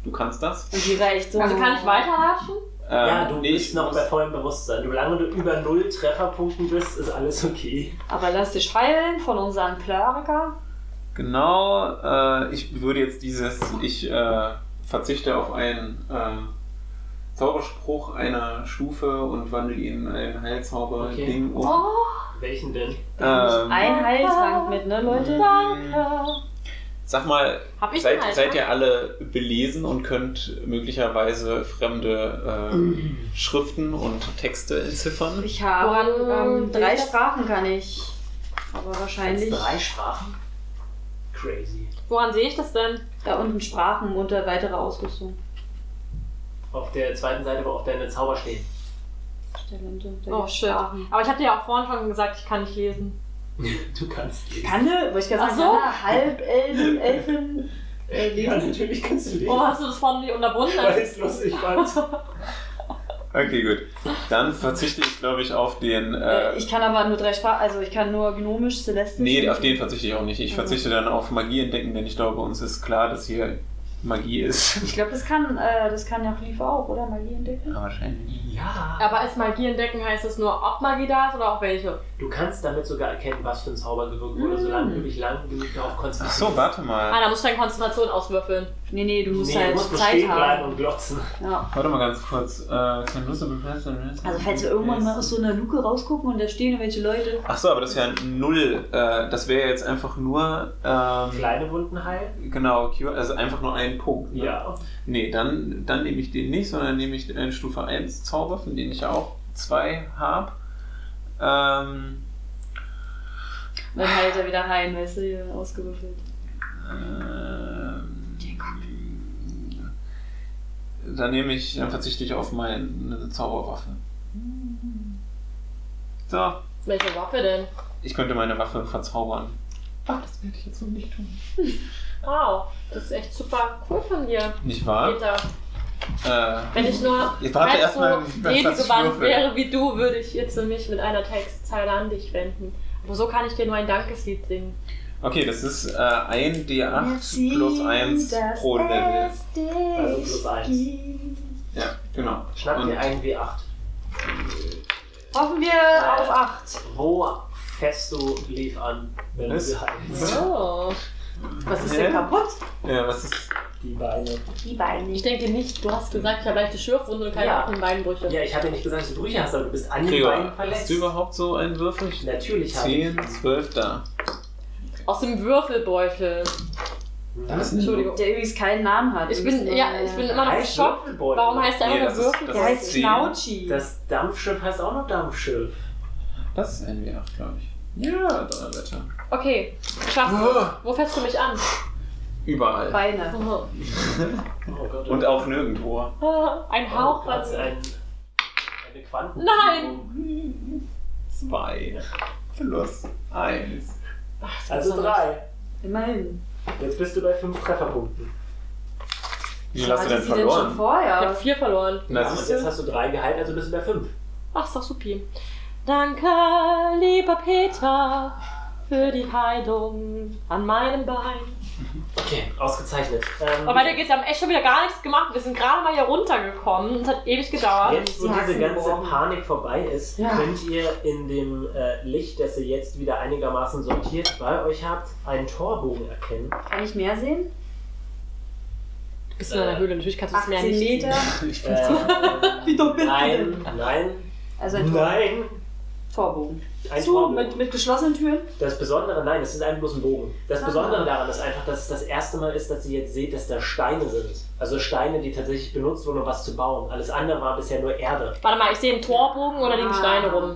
du kannst das. Und die reicht so. Also kann ich weiterlatschen? Ja, Ähm, du nee, bist ich noch muss- bei vollem Bewusstsein. Solange du über null Trefferpunkten bist, ist alles okay. Aber lass dich heilen von unseren Kleriker. Genau, äh, ich würde jetzt dieses, ich äh, verzichte auf einen äh, Zauberspruch einer Stufe und wandle ihn in ein Heilzauber-Ding um. Oh. Welchen denn? Ähm, Ein Heiltrank mit, ne, Leute? Danke. Sag mal, Hab ich seid, einen seid Heiltrank? ihr alle belesen und könnt möglicherweise fremde äh, Mhm. Schriften und Texte entziffern? Ich habe Woran, ähm, äh, drei liegt das? Sprachen kann ich. Aber wahrscheinlich Drei Sprachen? Crazy. Woran sehe ich das denn? da unten Sprachen unter weitere Ausrüstung. Auf der zweiten Seite, wo auch deine Zauber stehen. Talente. Da Oh, gibt's shit. Sprachen. Aber ich habe dir ja auch vorhin schon gesagt, ich kann nicht lesen. Du kannst lesen. Kanne, wo ich gerade Ach sagen, so. so. halb Elfen, Elfen äh, Ja, lesen. natürlich kannst du lesen. Warum hast du Oh, das vorhin nicht unterbunden? Weil es lustig fand. Okay, gut. Dann verzichte ich, glaube ich, auf den. Äh, Äh, ich kann aber nur drei Sprachen, also ich kann nur gnomisch, celestisch. nee, und- auf den verzichte ich auch nicht. Ich Also. verzichte dann auf Magie entdecken, denn ich glaube, uns ist klar, dass hier Magie ist. Ich glaube, das kann, äh, das kann ja auch Liefer auch, oder? Magie entdecken. Ja, wahrscheinlich. Ja. Aber ist Magie entdecken, heißt es nur, ob Magie da ist oder auch welche? Du kannst damit sogar erkennen, was für ein Zauber gewirkt wurde, solange du dich lang genug darauf Ach konzentrierst. so, warte Ah, mal. da musst du deine Konzentration auswürfeln. Nee, nee, du musst Nee, halt du musst nur Zeit stehen bleiben haben. und glotzen. Ja. Warte mal ganz kurz. Äh, kann Lust ne? Also falls wir irgendwann mal aus so einer Luke rausgucken und da stehen irgendwelche Leute. Ach so, aber das ist ja ein Null. Äh, das wäre jetzt einfach nur. Ähm, Kleine Wunden heilen? genau, Cure, also einfach nur ein Punkt. ne? Ja. Nee, dann, dann nehme ich den nicht, sondern nehme ich einen Stufe 1 Zauber, von dem ich ja auch zwei habe. Ähm, Und dann heilt er wieder heim, weißt du, hier ausgewürfelt. ähm, dann nehme ich, dann verzichte ich auf meine Zauberwaffe. So, Welche Waffe denn? ich könnte meine Waffe verzaubern. Wow, das ist echt super cool von dir, Nicht wahr? Peter. Äh, Wenn ich nur Jetzt warte wenn erst mal, so was ledig das gewandt würfelt. wäre wie du, würde ich jetzt mich mit einer Textzeile an dich wenden. Aber so kann ich dir nur ein Dankeslied singen. okay, das ist äh, ein D8 plus 1 pro Level. Also plus eins. Ja, genau. Schnapp dir Und- einen W8. Hoffen wir auf 8. Wo fährst du Leaf an, wenn Was? du sie heilst? Oh. Was ist Hä? denn kaputt? Ja, äh, was ist. Die Beine. Die Beine. Ich denke nicht, du hast gesagt, ich habe leichte Schürfwunde und keine Ja. offenen Beinbrüche. Ja, ich habe ja nicht gesagt, dass du Brüche hast, aber du bist an den Gregor, Beinen hast verletzt. du überhaupt so einen Würfel? Natürlich habe ich. 10, 12 da. Aus dem Würfelbeutel. Dann ist Entschuldigung. Der übrigens keinen Namen hat. äh, Ich bin, ja, ich bin immer noch Heißt geschockt. Würfelbeutel. Warum heißt der Nee, einfach das nur ist- Würfel? Der Das heißt ist zehn. Schnauchi. Das Dampfschiff heißt auch noch Dampfschiff. Das ist ein W8, glaube ich. Ja, Donnerwetter. Okay, schaffst Ah. du. Wo fährst du mich an? Überall. Beine. Oh Gott. Und auch nirgendwo. Ah, Ein Hauch Oh Gott, von. ein, eine Quanten. Nein! Zwei. Plus eins. Also drei. Immerhin. Jetzt bist du bei fünf Trefferpunkten. Wie viel hast du Hatte denn sie denn schon verloren? Ich habe vorher? vier verloren. Na, ja, und siehst jetzt du? hast du drei gehalten, also bist du bei fünf. Ach, ist doch supi. Danke, lieber Peter, für die Heilung an meinem Bein. Okay, ausgezeichnet. Ähm, Aber weiter geht's. Wir haben echt schon wieder gar nichts gemacht. Wir sind gerade mal hier runtergekommen. Es hat ewig gedauert. Jetzt, wo Die diese Haxen ganze gebrochen. Panik vorbei ist, Ja. könnt ihr in dem äh, Licht, das ihr jetzt wieder einigermaßen sortiert bei euch habt, einen Torbogen erkennen. Kann ich mehr sehen? Du bist in einer Höhle. Natürlich kannst du es 18 mehr nicht. sehen. Meter. Ich bin Äh, Wie dumm bist du nein, nein, Also ein Tor nein. Torbogen. Ein Zu, Torbogen. mit, mit geschlossenen Türen. Das Besondere, nein, das ist ein bloß ein Bogen. Das Ah. Besondere daran ist einfach, dass es das erste Mal ist, dass ihr jetzt seht, dass da Steine sind. Also Steine, die tatsächlich benutzt wurden, um was zu bauen. Alles andere war bisher nur Erde. Warte mal, ich sehe einen Torbogen oder liegen Ah. Steine rum?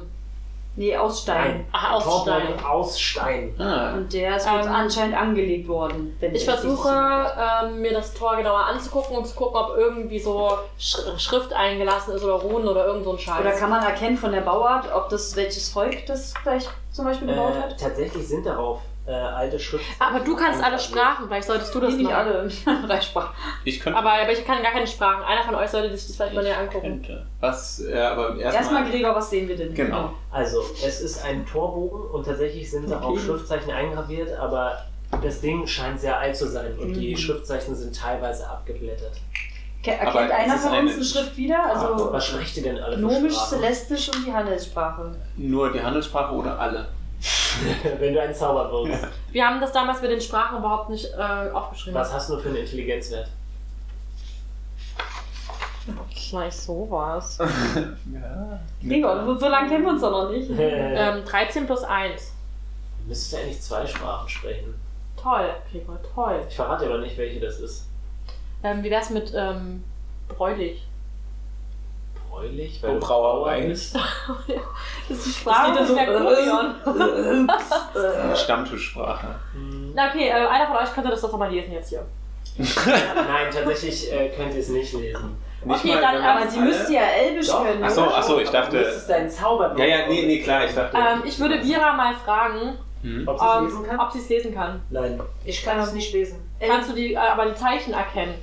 Nee, aus Stein. Ach, aus Torbogen Stein. aus Stein. ah, Und der ist uns Ähm, anscheinend angelegt worden. wenn Ich wir das versuche, richtig ähm, mir das Tor genauer anzugucken und zu gucken, ob irgendwie so Sch Schrift eingelassen ist oder Runen oder irgend so ein sehen. Scheiß. Oder kann man erkennen von der Bauart, ob das welches Volk das vielleicht zum Beispiel gebaut Äh, hat? tatsächlich sind darauf äh, alte Schriften. Aber du kannst alle Sprachen, vielleicht solltest du das Nee, nicht machen. alle. Drei Sprachen. ich könnte. Aber, aber ich kann gar keine Sprachen. Einer von euch sollte sich das vielleicht mal näher ich angucken. könnte. Was, äh, aber Erstmal, erstmal. Gregor, was sehen wir denn? Genau. Also, es ist ein Torbogen und tatsächlich sind darauf Okay. Schriftzeichen eingraviert, aber das Ding scheint sehr alt zu sein und die Mhm. Schriftzeichen sind teilweise abgeblättert. Ke- Aber Erkennt es einer ist von eine- Ah, uns eine Schrift wieder? Also Was sprecht ihr denn alle für gnomisch, Sprachen? celestisch und die Handelssprache. Nur die Handelssprache oder alle? Wenn du einen Zauber wirkst. Wir haben das damals mit den Sprachen überhaupt nicht äh, aufgeschrieben. Was hast du für einen Intelligenzwert? Gleich sowas. Äh. Ja. Gregor, so- so lange kennen wir uns doch noch nicht. Äh, ähm, 13 plus 1. müsstest du eigentlich zwei Sprachen sprechen. Toll, Gregor, toll. Ich verrate aber nicht, welche das ist. Ähm, wie wär's mit ähm, bräulich? Bräulich? Und du Brauerei. bist. Das ist die Sprache Das von geht der ja so- äh, Kurion. Stammtischsprache. Hm, äh, Na okay, äh, einer von euch könnte das doch nochmal lesen jetzt hier. Nein, tatsächlich äh, könnt ihr es nicht lesen. Nicht Okay, dann wenn man Aber es sie alle- müsste ja Elbisch Doch. können. Ach so, oder? ach so, ich Du dachte. müsstest deinen Zauber Ja, ja, nee, nee, klar, ich dachte. Ähm, ich würde Vira mal fragen, Hm. Ob sie es lesen ähm, kann? ob sie es lesen kann. Nein. Ich kann es nicht lesen. Kannst du die, äh, aber die Zeichen erkennen?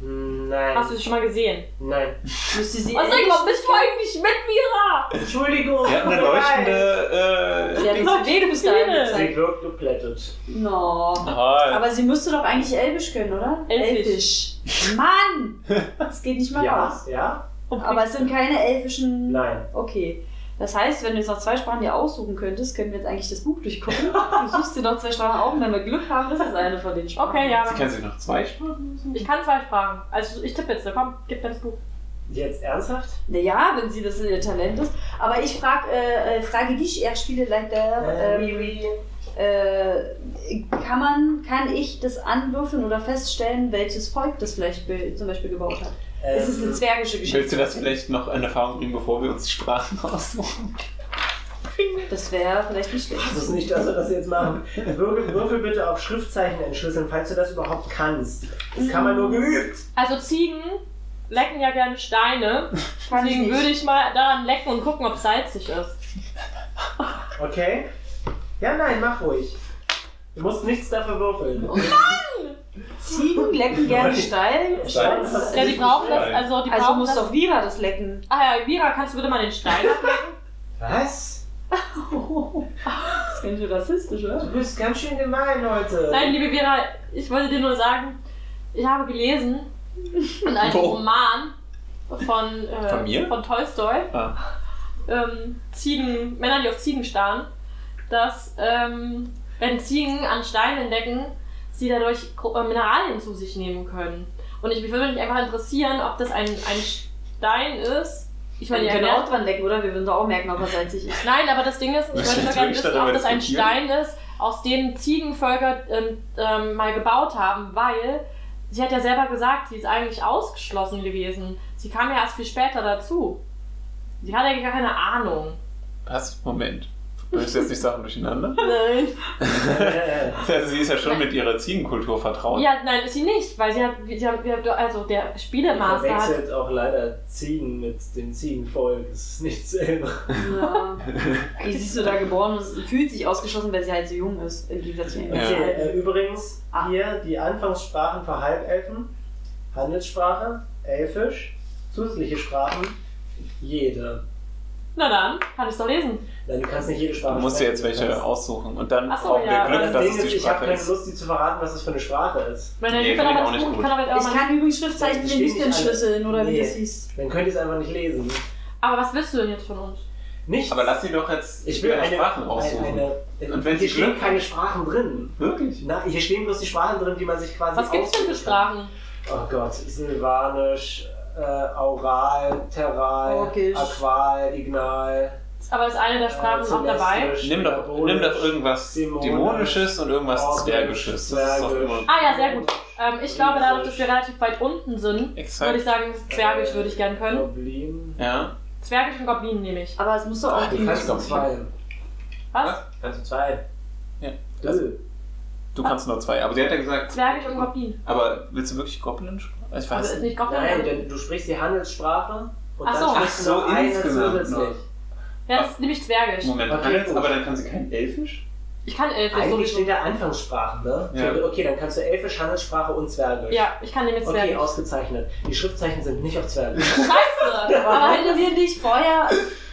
Hm, Nein. Hast du sie schon mal gesehen? Nein. Müsste sie Was Elbisch- überhaupt bist du eigentlich mit Vira? Entschuldigung. Wir hatten eine leuchtende. Ja, Äh, Dings. das nee, du bist da Viele. Sie angezeigt. wirkt geplättet. No. Ah, Aber sie müsste doch eigentlich Elbisch können, oder? Elfisch. Elfisch. Mann! Das geht nicht mal Ja. raus. Ja? Aber es sind keine elfischen. Nein. Okay. Das heißt, wenn du jetzt noch zwei Sprachen dir aussuchen könntest, können wir jetzt eigentlich das Buch durchgucken. Du suchst dir noch zwei Sprachen auf und wenn wir Glück haben, ist es eine von den Sprachen. Okay, ja. Sie dann- kann sich noch zwei Sprachen. Ich kann zwei Fragen. Also ich tippe jetzt. Komm, gib mir das Buch. Jetzt ernsthaft? Naja, wenn sie das in ihr Talent ist. Aber ich frag, äh, äh, frage dich, er spiele leider. Äh, Ähm, äh, kann man, kann ich das anwürfeln oder feststellen, welches Volk das vielleicht be- zum Beispiel gebaut hat? Ist es eine Ähm, zwergische Geschichte? Willst du das vielleicht noch in Erfahrung bringen, bevor wir uns die Sprachen aussuchen? Das wäre vielleicht nicht schlecht. das ist nicht, dass wir das jetzt machen. Würfel, würfel bitte auf Schriftzeichen entschlüsseln, falls du das überhaupt kannst. Das kann man nur geübt. Also Ziegen lecken ja gerne Steine. Kann ich Deswegen nicht. würde ich mal daran lecken und gucken, ob es salzig ist. Okay? Ja, nein, mach ruhig. Du musst nichts dafür würfeln. Ziegen lecken gerne Stein. Stein. Das Ja, die brauchen das. Stein. Also die Also brauchen muss das. doch Vira das lecken. Ah ja, Vira, kannst du bitte mal den Stein ablecken? Was? Das ist ganz schön rassistisch, oder? Du bist ganz schön gemein heute. Nein, liebe Vera, ich wollte dir nur sagen, ich habe gelesen in einem Wo? Roman von, äh, Von mir? von Tolstoi, Ah. ähm, Ziegen, Männer, die auf Ziegen starren, dass ähm, wenn Ziegen an Steinen entdecken, sie dadurch Gro- äh, Mineralien zu sich nehmen können. Und ich mich würde mich einfach interessieren, ob das ein, ein Stein ist. Ich meine, Wir ja, können wer- auch dran lecken, oder? Wir würden doch auch merken, ob er salzig ist. Nein, aber das Ding ist, ich Das wollte ist nur gerne wirklich wissen, darüber ob das ein diskutieren. Stein ist, aus dem Ziegenvölker ähm, ähm, mal gebaut haben, weil sie hat ja selber gesagt, sie ist eigentlich ausgeschlossen gewesen. Sie kam ja erst viel später dazu. Sie hat eigentlich gar keine Ahnung. Was? Moment. Bringst du jetzt nicht Sachen durcheinander? Nein. Äh, Also sie ist ja schon mit ihrer Ziegenkultur vertraut. Ja, nein, ist sie nicht, weil sie hat, sie hat sie hat- also der ihr Spielemaster hat. verwechselt auch leider Ziegen mit dem Ziegenvolk. Das ist nicht selber. Ja. Die siehst du da geboren und fühlt sich ausgeschlossen, weil sie halt so jung ist, im Gegensatz zu ihren Ja. Okay, ganzen äh, übrigens Ah. hier die Anfangssprachen für Halbelfen, Handelssprache, Elfisch, zusätzliche Sprachen, jede. Na dann, kann ich doch lesen. Nein, du kannst nicht jede Du Sprache musst dir jetzt sprechen, welche kannst- aussuchen. Und dann Ach so, brauchen wir ja, Glück, Das dass Ding es ist, die ich habe Sprache keine ist. Lust, die zu verraten, was das für eine Sprache ist. Meine Nee, ich kann finde ich aber auch das nicht Buch, ich gut. kann aber Ich auch mal. kann übrigens Schriftzeichen Verstehe nicht nicht alles. entschlüsseln, oder wie Nee. das hieß. Dann könnt ihr es einfach nicht lesen. Aber was willst du denn jetzt von uns? Nichts. Aber lass sie doch jetzt ich will ihre eine, Sprachen aussuchen. eine, eine Und wenn Hier sie stehen Glück keine Sprachen drin. Wirklich? Na, hier stehen bloß die Sprachen drin, die man sich quasi Was gibt's denn für aussuchen kann. Sprachen? Oh Gott, Silvanisch, äh, Aural, Terral, Orkisch. Aqual, Ignal. Aber ist eine der Sprachen Äh, auch dabei? Celestisch, Nimm doch, nimm doch irgendwas Dämonisch, Dämonisches und irgendwas Orkisch, Zwergisches. Das ist doch Zwergisch. immer Ah ja, sehr gut. äh, Ähm, ich glaube, dadurch, dass wir relativ weit unten sind, würde ich exakt. sagen, Zwergisch würde ich gern können. Goblin. Ja. Zwergisch und Goblin nehme ich. Aber es muss doch auch Du die kannst Goblin. noch zwei. Was? Kannst du zwei? Ja. Also, Dö. Du kannst nur zwei. Aber sie hat ja gesagt, Zwergisch und Goblin. aber willst du wirklich Goblin? sprechen? Ich Also weiß ist nicht. nicht Goblin. Nein, denn du sprichst die Handelssprache und Ach dann so. sprichst Ach du so, noch eine insgesamt zusätzlich. Ja, das ist nämlich Zwergisch. Moment, Okay, Handels, gut. aber dann kann sie kein Elfisch? Ich kann Elfisch Eigentlich sowieso. steht da Anfangssprachen, ne? Ja. Okay, dann kannst du Elfisch, Handelssprache und Zwergisch. Ja, ich kann nämlich Okay, Zwergisch. ausgezeichnet. Die Schriftzeichen sind nicht auf Zwergisch. Scheiße! Aber Aber Also hätten hätte wir nicht vorher,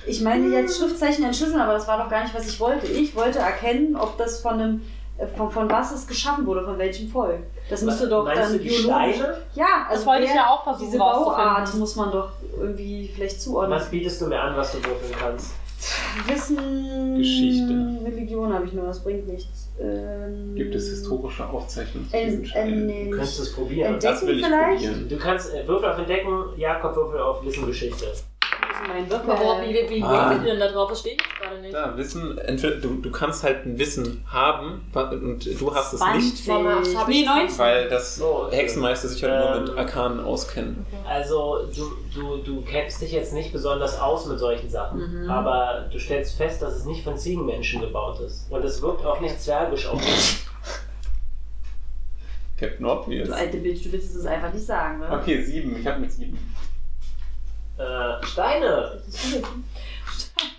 ich meine jetzt Schriftzeichen entschlüsseln, aber das war doch gar nicht, was ich wollte. Ich wollte erkennen, ob das von einem, äh, von, von was es geschaffen wurde, von welchem Volk. Das müsste doch Meinst dann du die biologisch- Steine? Ja, also das wollte ich wer- ja auch versuchen Diese Bauart muss man doch irgendwie vielleicht zuordnen. Was bietest du mir an, was du würfeln kannst? Wissen, Geschichte. Religion habe ich nur, das bringt nichts. Ähm, Gibt es historische Aufzeichnungen zu Äh, diesen äh, Steinen? nee, Du könntest nicht. es probieren. Entdecken Das will ich vielleicht? probieren. Du kannst äh, Würfel auf Entdecken, Jakob Würfel auf Wissengeschichte. Mein Warum, Wirken. wie, wie Ah. würfelt ihr denn da drauf? Das steht jetzt gerade nicht. Ja, Wissen, entweder du, du kannst halt ein Wissen haben wa- und du hast es nicht, Das hab ich Nee, nicht. 19. weil das So, okay. Hexenmeister sich halt nur Ähm. mit Arkanen auskennen. Also du, du, du kennst dich jetzt nicht besonders aus mit solchen Mhm. Sachen, aber du stellst fest, dass es nicht von Ziegenmenschen gebaut ist. Und es wirkt auch nicht zwergisch auf dich. Captain Obvious. Du alte Bitch, du willst es uns einfach nicht sagen, ne? Okay, sieben. Ich habe eine sieben. Äh, Steine.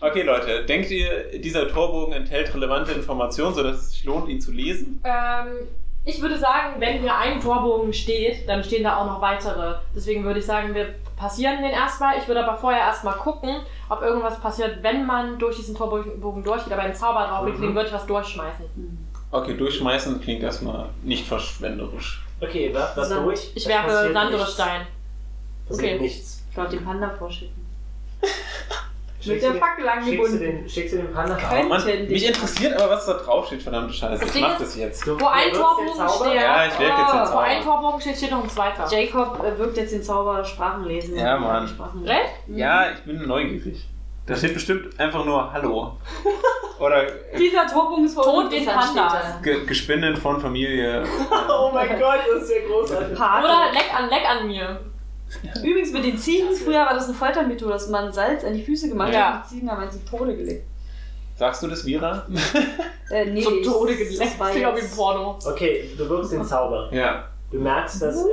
Okay, Leute, denkt ihr, dieser Torbogen enthält relevante Informationen, sodass es sich lohnt, ihn zu lesen? Ähm, ich würde sagen, wenn hier ein Torbogen steht, dann stehen da auch noch weitere. Deswegen würde ich sagen, wir passieren den erstmal. Ich würde aber vorher erstmal gucken, ob irgendwas passiert, wenn man durch diesen Torbogen durchgeht. Aber im Zauber drauf, Mhm. deswegen würde ich was durchschmeißen. Hm. Okay, durchschmeißen klingt erstmal nicht verschwenderisch. Okay, was, was Sand. durch? Ich Es werfe passiert Sand oder nichts. Stein. Passiert Okay. nichts. Ich glaube, den Panda vorschicken. Schickst der du den- Fackel Schickst du angebunden. den, schickst du den Panda Aber man, Könnten die- mich interessiert aber, was da draufsteht, verdammte Scheiße. Das Ich Ding mach ist- das jetzt. Du- Wo ein du wirfst den Torbogen Zauber? steht, Ja, ich werk jetzt den wo Zauber. ein Torbogen steht, steht noch ein zweiter. Jacob äh, wirkt jetzt den Zauber Sprachenlesen. Ja, Mann. Sprachenlesen. Recht? Ja, ich bin neugierig. Da steht bestimmt einfach nur Hallo. Oder Dieser Torbogen ist Tod uns, den dann steht Pandas. ge gespendet von Familie. Oh mein Gott, das ist ja da. großartig. Pate. Oder leck an, leck an mir. Übrigens mit den Ziegen, früher war das eine Foltermethode, dass man Salz an die Füße gemacht Ja. hat und die Ziegen haben einen zu Tode gelegt. Sagst du das, Vira? Äh, nee, Zum Tode das geleckt. war Klingt auch wie ein jetzt- Porno. Okay, du wirkst den Zauber. Ja. Du merkst, dass äh,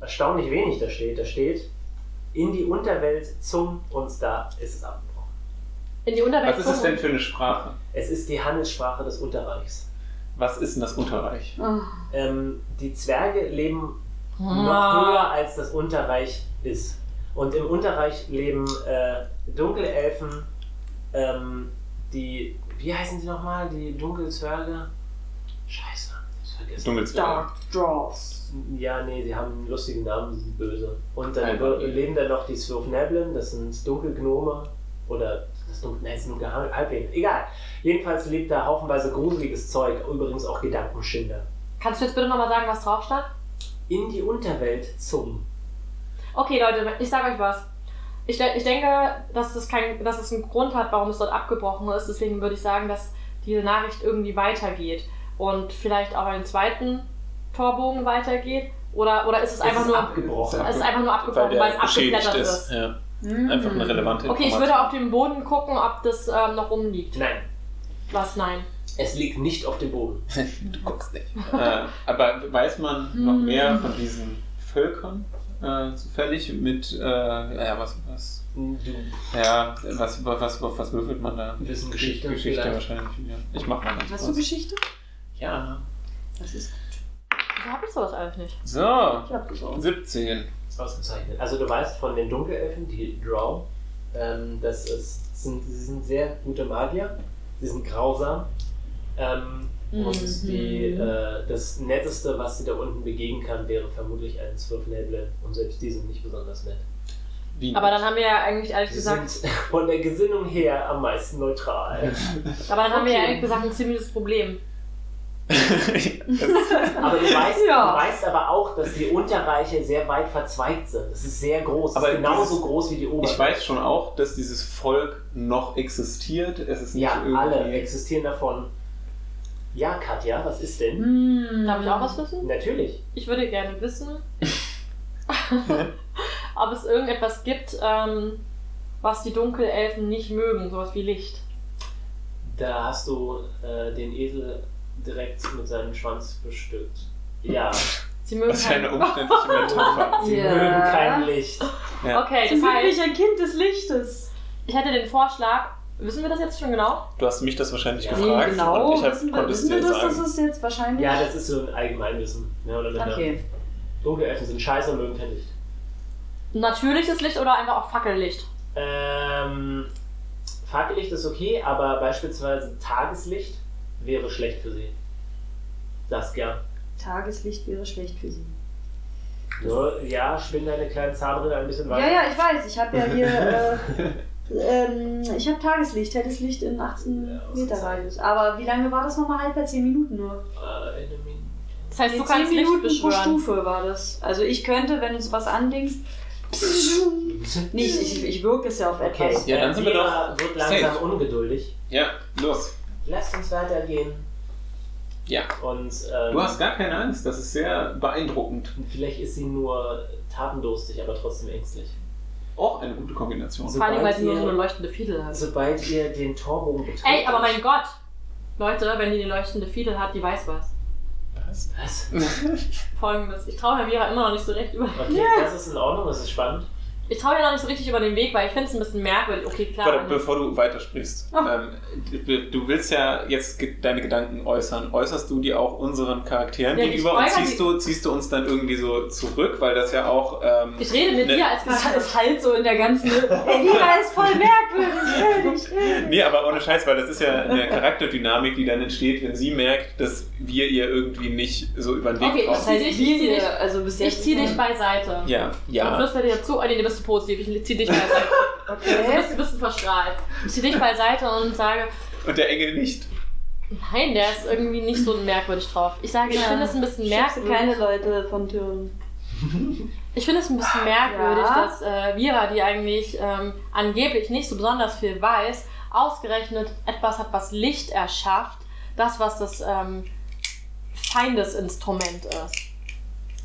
erstaunlich wenig da steht. Da steht in die Unterwelt zum uns da ist es abgebrochen. In die Unterwelt. Was ist es denn für eine Sprache? Es ist die Handelssprache des Unterreichs. Was ist denn das Unterreich? Ah, Ähm, die Zwerge leben noch höher Ah. als das Unterreich ist. Und im Unterreich leben äh, dunkle Elfen, ähm, die, wie heißen die nochmal? Die Dunkelzwerge? Scheiße, ich vergessen. Dunkelzwerg. Dark Draws. Ja, nee, die haben einen lustigen Namen, die sind böse. Und dann Einfach wir- nicht. leben da noch die Swirfneblin, das sind Dunkelgnome. Oder das Dunkel, nein, das sind nur Geheim- Halblinge. Egal. Jedenfalls lebt da haufenweise gruseliges Zeug, übrigens auch Gedankenschinder. Kannst du jetzt bitte nochmal sagen, was drauf stand? In die Unterwelt zum. Okay, Leute, ich sage euch was. Ich, de- ich denke, dass es, kein, dass es einen Grund hat, warum es dort abgebrochen ist. Deswegen würde ich sagen, dass diese Nachricht irgendwie weitergeht. Und vielleicht auch einen zweiten Torbogen weitergeht. Oder, oder ist es einfach es ist nur. abgebrochen. Es ist einfach nur abgebrochen, weil, es abgeblättert ist. Ja. Hm. Mhm. Einfach eine relevante Okay, ich würde auf den Boden gucken, ob das ähm, noch rumliegt. Nein, Was? Nein. es liegt nicht auf dem Boden. Du guckst nicht. äh, aber weiß man Mhm. noch mehr von diesen Völkern äh, zufällig mit, äh, ja, was, was, Du ja, was, was, was, was würfelt man da? wissen Geschichte. Geschichte vielleicht. wahrscheinlich. Ja. Ich mach mal ganz Hast du kurz. Geschichte? Ja. Das ist Wieso hab ich sowas alles nicht? So, ich abgebaut. 17. Ausgezeichnet. Also du weißt von den Dunkelelfen, die Drow, ähm, das ist, sind, sie sind sehr gute Magier, sie sind grausam ähm, und Mhm. die, äh, das Netteste, was sie da unten begegnen kann, wäre vermutlich ein Zwölfnäble und selbst die sind nicht besonders nett. Wie? Aber dann haben wir ja eigentlich ehrlich Sie gesagt, sind von der Gesinnung her am meisten neutral. aber dann haben wir ja Okay. ehrlich gesagt ein ziemliches Problem. das, aber du weißt, Ja. du weißt aber auch, dass die Unterreiche sehr weit verzweigt sind. Es ist sehr groß, es Aber ist genauso dieses- groß wie die ich Oberwelt. weiß schon auch, dass dieses Volk noch existiert. Es ist nicht Ja, irgendwie... alle existieren davon. Ja, Katja, was ist denn? Hm. Darf ich auch was Hm? wissen? Natürlich. Ich würde gerne wissen, ob es irgendetwas gibt, ähm, was die Dunkelelfen nicht mögen, sowas wie Licht. Da hast du äh, den Esel direkt mit seinem Schwanz bestückt. Ja, Sie mögen Das ist eine kein- umständliche Metapher. sie Ja. mögen kein Licht. Ja. Oh, Okay, Das das ist heißt, wirklich ein Kind des Lichtes. ich hätte den Vorschlag, wissen wir das jetzt schon genau? Du hast mich das wahrscheinlich Ja. gefragt nee, genau. und ich hab, wissen wir, konnte es wissen dir wir das, sagen. dass es jetzt wahrscheinlich... Ja, das ist so ein Allgemeinwissen. Ja, oder mit Okay. Dunkelelfen sind scheiße und mögen kein Licht. Natürliches Licht oder einfach auch Fackellicht? Ähm, Fackellicht ist okay, aber beispielsweise Tageslicht wäre schlecht für sie. Saskia. Tageslicht wäre schlecht für sie. So, ja, spinn deine kleinen Zahnräder ein bisschen weiter. Ja, ja, ich weiß. Ich habe ja hier... Äh, ähm, ich habe Tageslicht, helles Licht in 18 Ja, Meter Radius. Aber wie lange war das nochmal? Halb bei 10 Minuten nur. Äh, in einem Min- Das heißt, Nee, du 10 kannst Licht Minuten pro beschwören. Stufe war das. Also ich könnte, wenn du sowas andingst... Nicht, ich, ich wirke es ja auf Okay, Äh, etwas. Ja, dann sind wir Vera wird langsam safe. ungeduldig. Ja, los. Lasst uns weitergehen. Ja. Und ähm, Du hast gar keine Angst, das ist sehr beeindruckend. vielleicht ist sie nur tatendurstig, aber trotzdem ängstlich. Auch eine gute Kombination. So- Vor allem, weil sie nur Sobald so eine ihr- leuchtende Fiedel Also, hat. Sobald ihr den Torbogen betretet. Ey, aber mein Gott! Leute, wenn die eine leuchtende Fiedel hat, die weiß was. Was? Was? Folgendes. Ich traue Hermira immer noch nicht so recht über. Okay, das ist in Ordnung, das ist spannend. Ich traue ihr noch nicht so richtig über den Weg, weil ich finde es ein bisschen merkwürdig. Okay, klar. Warte, bevor du weitersprichst, Oh. ähm, du willst ja jetzt ge deine Gedanken äußern. Äußerst du die auch unseren Charakteren Ja, ich gegenüber und spoilere ziehst die- du, ziehst du uns dann irgendwie so zurück, weil das ja auch. Ähm, ich rede mit ne- dir als Es, Charakter. es halt so in der ganzen. Elira ist voll merkwürdig. ich will nicht, Nee, aber ohne Scheiß, weil das ist ja eine Charakterdynamik, die dann entsteht, wenn sie merkt, dass wir ihr irgendwie nicht so über den Weg Okay, laufen. das heißt- Ich zieh dich- also bis jetzt. Ich ziehe dich beiseite. Ja, Und ja. flüster dir zu. Oh nee, du bist zu positiv. Ich ziehe dich beiseite. Du Okay. bist ein bisschen verstrahlt. Ich ziehe dich beiseite und sage, Und der Engel nicht. nein, der ist irgendwie nicht so merkwürdig drauf. Ich sage, ich Ja. finde es ein bisschen Merkst keine merkwürdig. Leute von Türen. Ich finde es ein bisschen merkwürdig, Ja. dass äh, Vira, die eigentlich ähm, angeblich nicht so besonders viel weiß, ausgerechnet etwas hat, was Licht erschafft, das, was das ähm, Feindesinstrument ist.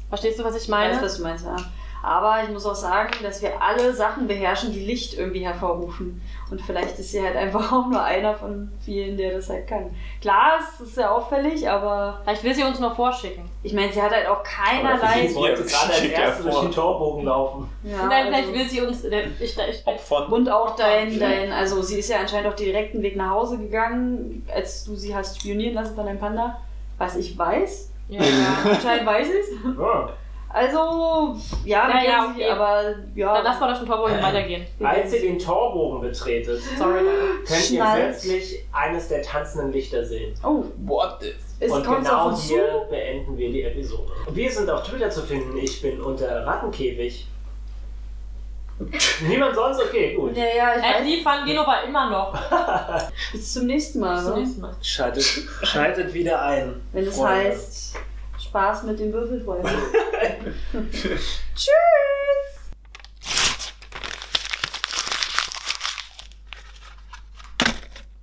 Verstehst du, was ich Ich meine? weiß, was du meinst, ja. Aber ich muss auch sagen, dass wir alle Sachen beherrschen, die Licht irgendwie hervorrufen. Und vielleicht ist sie halt einfach auch nur einer von vielen, der das halt kann. Klar, es ist sehr auffällig, aber Vielleicht will sie uns nur vorschicken. ich meine, sie hat halt Aber auch keinerlei. Ich wollte gerade als Schickt er erstes durch vor. den Torbogen laufen. Ja, Nein, also- vielleicht will sie uns. Ich, ich, ich, Opfern. Und auch dein, dein, also sie ist ja anscheinend auch direkten Weg nach Hause gegangen, als du sie hast spionieren lassen von deinem Panda. Was ich weiß. ja, ja. Anscheinend weiß ich Ja. Also, ja, Ja, wir ja, kennen okay. sie, aber ja. Dann lass mal durch den Torbogen weitergehen. wir kennen Als ihr sie. den Torbogen betretet, Sorry, Leute. könnt ihr Schnallt. plötzlich eines der tanzenden Lichter sehen. Oh, What the f- es Und kommt genau auf uns hier zu. beenden wir die Episode. Wir sind auf Twitter zu finden. Ich bin unter Rattenkäfig. Niemand sonst? Okay, gut. Ja, ja, ich Äh, weiß. die Fangelo war immer noch. Bis zum nächsten Mal. Bis zum oder? nächsten Mal. Schaltet, schaltet wieder ein. Wenn es Freunde. heißt, Spaß mit dem Würfelfeuer.